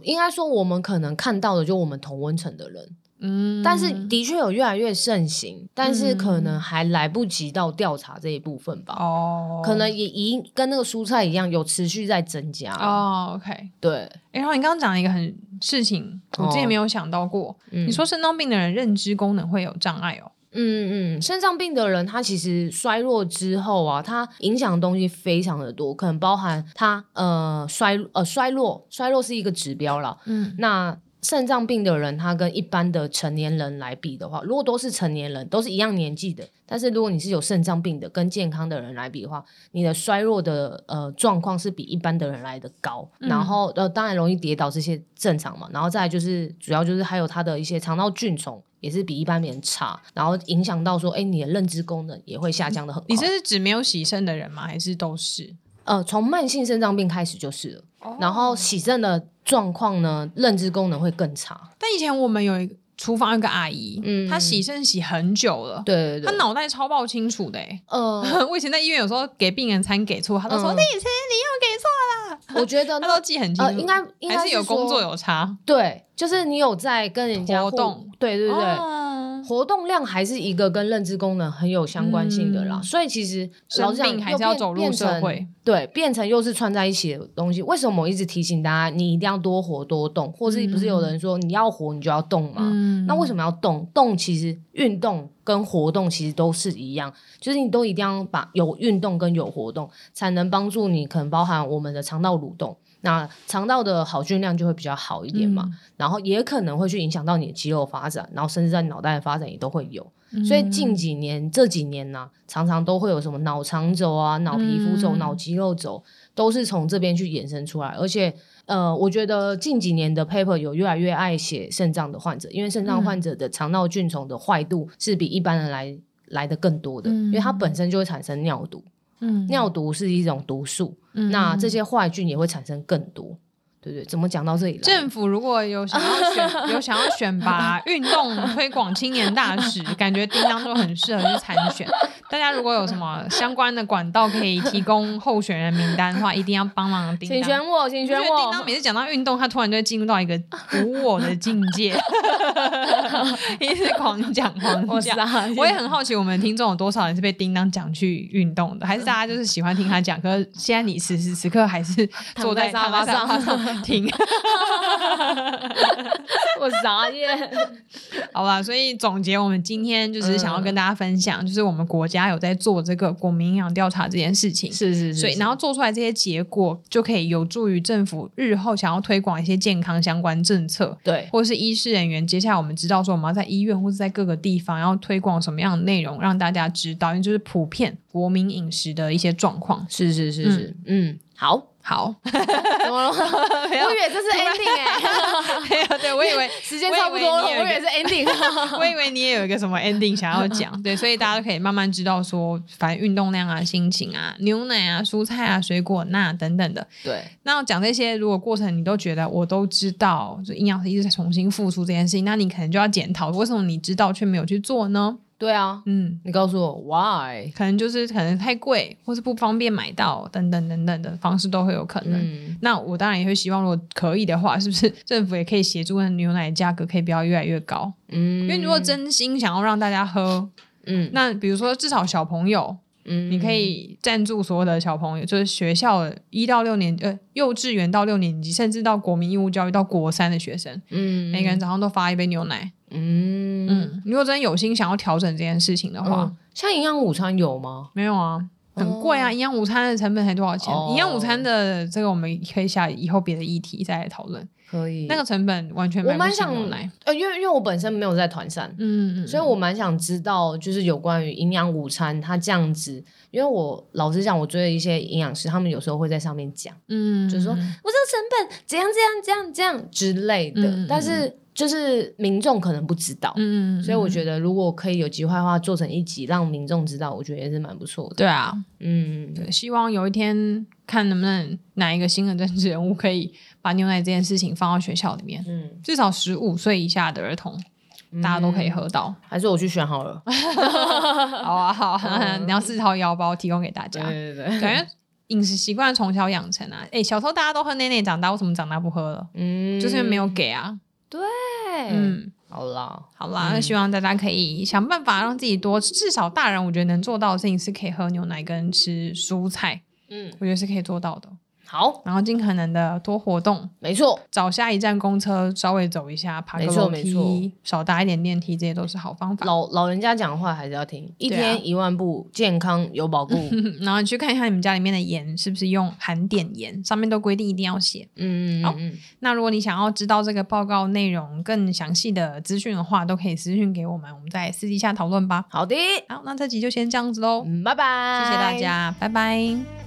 Speaker 1: 嗯、应该说我们可能看到的就我们同温层的人，
Speaker 2: 嗯，
Speaker 1: 但是的确有越来越盛行，但是可能还来不及到调查这一部分吧，
Speaker 2: 哦，
Speaker 1: 可能也一跟那个蔬菜一样，有持续在增加。
Speaker 2: 哦，OK。
Speaker 1: 对，
Speaker 2: 诶然后你刚刚讲了一个很事情，我之前
Speaker 1: 哦
Speaker 2: 没有想到过。
Speaker 1: 嗯
Speaker 2: 你说肾脏病的人认知功能会有障碍哦？
Speaker 1: 嗯嗯，肾脏病的人，他其实衰弱之后啊，他影响的东西非常的多，可能包含他呃衰呃衰弱，衰弱是一个指标啦。
Speaker 2: 嗯，
Speaker 1: 那肾脏病的人，他跟一般的成年人来比的话，如果都是成年人，都是一样年纪的，但是如果你是有肾脏病的，跟健康的人来比的话，你的衰弱的呃状况是比一般的人来的高，
Speaker 2: 嗯
Speaker 1: 然后呃当然容易跌倒这些正常嘛，然后再来就是主要就是还有他的一些肠道菌虫。也是比一般人差，然后影响到说，哎、你的认知功能也会下降的很快。
Speaker 2: 你这是指没有洗肾的人吗？还是都是？
Speaker 1: 呃，从慢性肾脏病开始就是了，哦然
Speaker 2: 哦
Speaker 1: 后洗肾的状况呢，认知功能会更差。
Speaker 2: 但以前我们有一个厨房有一个阿姨，
Speaker 1: 嗯
Speaker 2: 她洗肾洗很久了，
Speaker 1: 对对对，
Speaker 2: 她脑袋超爆清楚的、欸。
Speaker 1: 呃，
Speaker 2: 我以前在医院有时候给病人餐给错，她都说
Speaker 1: 嗯
Speaker 2: 那也是
Speaker 1: 我觉得
Speaker 2: 你又给错，她
Speaker 1: 那
Speaker 2: 都记很清
Speaker 1: 呃，
Speaker 2: 楚。
Speaker 1: 应该应该
Speaker 2: 还是有
Speaker 1: 说
Speaker 2: 工作有差，
Speaker 1: 对，就是你有在跟人家
Speaker 2: 活
Speaker 1: 互
Speaker 2: 动，
Speaker 1: 对对对。
Speaker 2: 哦
Speaker 1: 活动量还是一个跟认知功能很有相关性的啦，
Speaker 2: 嗯
Speaker 1: 所以其实老
Speaker 2: 生
Speaker 1: 实讲
Speaker 2: 病还
Speaker 1: 又
Speaker 2: 是要
Speaker 1: 变
Speaker 2: 走入
Speaker 1: 变
Speaker 2: 社
Speaker 1: 成
Speaker 2: 会。
Speaker 1: 对，变成又是串在一起的东西。为什么我一直提醒大家，你一定要多活多动，或是不是有人说你要活你就要动嘛？
Speaker 2: 嗯
Speaker 1: 那为什么要动？动其实运动跟活动其实都是一样，就是你都一定要把有运动跟有活动，才能帮助你可能包含我们的肠道蠕动，那肠道的好菌量就会比较好一点嘛，然后也可能会去影响到你的肌肉发展，然后甚至在脑袋的发展也都会有。
Speaker 2: 嗯
Speaker 1: 所以近几年这几年呢、常常都会有什么脑肠轴啊、脑皮肤轴、
Speaker 2: 嗯
Speaker 1: 脑肌肉轴，都是从这边去衍生出来，而且。呃，我觉得近几年的 paper 有越来越爱写肾脏的患者，因为肾脏
Speaker 2: 嗯
Speaker 1: 患者的肠道菌虫的坏度是比一般人来来的更多的，
Speaker 2: 嗯
Speaker 1: 因为它本身就会产生尿毒，
Speaker 2: 嗯
Speaker 1: 尿毒是一种毒素，
Speaker 2: 嗯
Speaker 1: 那这些坏菌也会产生更多，对不对？怎么讲到这里来？
Speaker 2: 政府如果有想要选有想要选拔运动推广青年大使，感觉叮当就很适合去参选。大家如果有什么相关的管道可以提供候选人名单的话，一定要帮忙叮当。
Speaker 1: 请选我，请选
Speaker 2: 我觉得叮当
Speaker 1: 我。
Speaker 2: 每次讲到运动，他突然就会进入到一个无我的境界， 一直狂讲狂 讲。
Speaker 1: 傻眼
Speaker 2: 我也很好奇，我们听众有多少人是被叮当讲去运动的，还是大家就是喜欢听他讲？可是现在你此时此刻还是坐在
Speaker 1: 躺在
Speaker 2: 躺在
Speaker 1: 沙
Speaker 2: 沙
Speaker 1: 发
Speaker 2: 发
Speaker 1: 上
Speaker 2: 上听。
Speaker 1: 我傻眼。
Speaker 2: 好吧，所以总结，我们今天就是
Speaker 1: 嗯
Speaker 2: 想要跟大家分享，就是我们国家有在做这个国民营养调查这件事情。
Speaker 1: 是是是
Speaker 2: 所以，然后做出来这些结果，就可以有助于政府日后想要推广一些健康相关政策，
Speaker 1: 对，
Speaker 2: 或是医师人员。接下来我们知道说，我们要在医院或是在各个地方要推广什么样的内容，让大家知道，因为就是普遍国民饮食的一些状况。
Speaker 1: 是是是是，嗯，好，
Speaker 2: 好，
Speaker 1: 怎么了？
Speaker 2: 没有
Speaker 1: 我以为这是 ending 哎、
Speaker 2: 没有，对我以为
Speaker 1: 时间差不多了，
Speaker 2: 我以
Speaker 1: 我以
Speaker 2: 为
Speaker 1: 为
Speaker 2: 你
Speaker 1: 是 ending。
Speaker 2: 我以为你也有一个什么 ending 想要 讲，对，所以大家都可以慢慢知道说，反正运动量啊、心情啊、牛奶啊、蔬菜啊、水果钠等等的。
Speaker 1: 对，
Speaker 2: 那讲这些，如果过程你都觉得我都知道，就营养师一直在重新付出这件事情，那你可能就要检讨，为什么你知道却没有去做呢？
Speaker 1: 对啊，
Speaker 2: 嗯，
Speaker 1: 你告诉我 why？
Speaker 2: 可能就是可能太贵，或是不方便买到，等等等等的方式都会有可能。
Speaker 1: 嗯，
Speaker 2: 那我当然也会希望，如果可以的话，是不是政府也可以协助那牛奶的价格可以不要越来越高？
Speaker 1: 嗯，
Speaker 2: 因为如果真心想要让大家喝，
Speaker 1: 嗯，
Speaker 2: 那比如说至少小朋友，
Speaker 1: 嗯
Speaker 2: 你可以赞助所有的小朋友，就是学校的一到六年，呃，幼稚园到六年级，甚至到国民义务教育到国三的学生，
Speaker 1: 嗯
Speaker 2: 每个人早上都发一杯牛奶。
Speaker 1: 嗯嗯
Speaker 2: 嗯，如果真的有心想要调整这件事情的话，
Speaker 1: 嗯，像营养午餐有吗？
Speaker 2: 没有啊。很贵啊！
Speaker 1: 哦
Speaker 2: 营养午餐的成本才多少钱？
Speaker 1: 哦
Speaker 2: 营养午餐的这个我们可以下以后别的议题再来讨论。
Speaker 1: 可以
Speaker 2: 那个成本完全
Speaker 1: 嗯我
Speaker 2: 买不
Speaker 1: 蛮
Speaker 2: 起
Speaker 1: 想
Speaker 2: 牛奶。
Speaker 1: 呃，因为因为我本身没有在团膳，
Speaker 2: 嗯，嗯嗯
Speaker 1: 所以我蛮想知道，就是有关于营养午餐它这样子，因为我老实讲，我追的一些营养师，他们有时候会在上面讲，
Speaker 2: 嗯，
Speaker 1: 就是说
Speaker 2: 嗯
Speaker 1: 我这个成本怎样怎样怎样怎样之类的，
Speaker 2: 嗯嗯嗯
Speaker 1: 但是就是民众可能不知道，
Speaker 2: 嗯，嗯
Speaker 1: 所以我
Speaker 2: 得
Speaker 1: 觉得如果可以有机会的话，做成一集让民众知道，我觉得也是蛮不错的。
Speaker 2: 对啊，
Speaker 1: 嗯，
Speaker 2: 对，希望有一天看能不能哪一个新的政治人物可以把牛奶这件事情放到学校里面，
Speaker 1: 嗯，
Speaker 2: 至少十五岁以下的儿童大家都可以喝到。
Speaker 1: 还是我去选好了。
Speaker 2: 好啊， 好啊，
Speaker 1: 嗯
Speaker 2: 你要四套腰包提供给大家，
Speaker 1: 对对，
Speaker 2: 感觉饮食习惯从小养成啊。哎，小时候大家都喝奶奶，长大为什么长大不喝了？
Speaker 1: 嗯，
Speaker 2: 就是因为没有给啊。
Speaker 1: 嗯，
Speaker 2: 嗯，
Speaker 1: 好啦，
Speaker 2: 好啦，那希望大家可以想办法让自己多，至少大人我觉得能做到的事情是可以喝牛奶跟吃蔬菜，
Speaker 1: 嗯，
Speaker 2: 我觉得是可以做到的。
Speaker 1: 好，
Speaker 2: 然后尽可能的多活动，
Speaker 1: 没错，
Speaker 2: 找下一站公车，稍微走一下，爬个
Speaker 1: 没错
Speaker 2: 楼
Speaker 1: 没错
Speaker 2: 梯，少搭一点电梯，这些都是好方法。
Speaker 1: 老老人家讲话还是要听，一
Speaker 2: 对啊
Speaker 1: 天一万步，健康有 保固。
Speaker 2: 嗯然后你去看一下你们家里面的盐是不是用含碘盐，上面都规定一定要写。
Speaker 1: 嗯，
Speaker 2: 好
Speaker 1: 嗯
Speaker 2: 那如果你想要知道这个报告内容更详细的资讯的话，都可以私讯给我们，我们再私底下讨论吧。
Speaker 1: 好的，
Speaker 2: 好，那这集就先这样子喽，
Speaker 1: 嗯，拜拜，
Speaker 2: 谢谢大。家，拜拜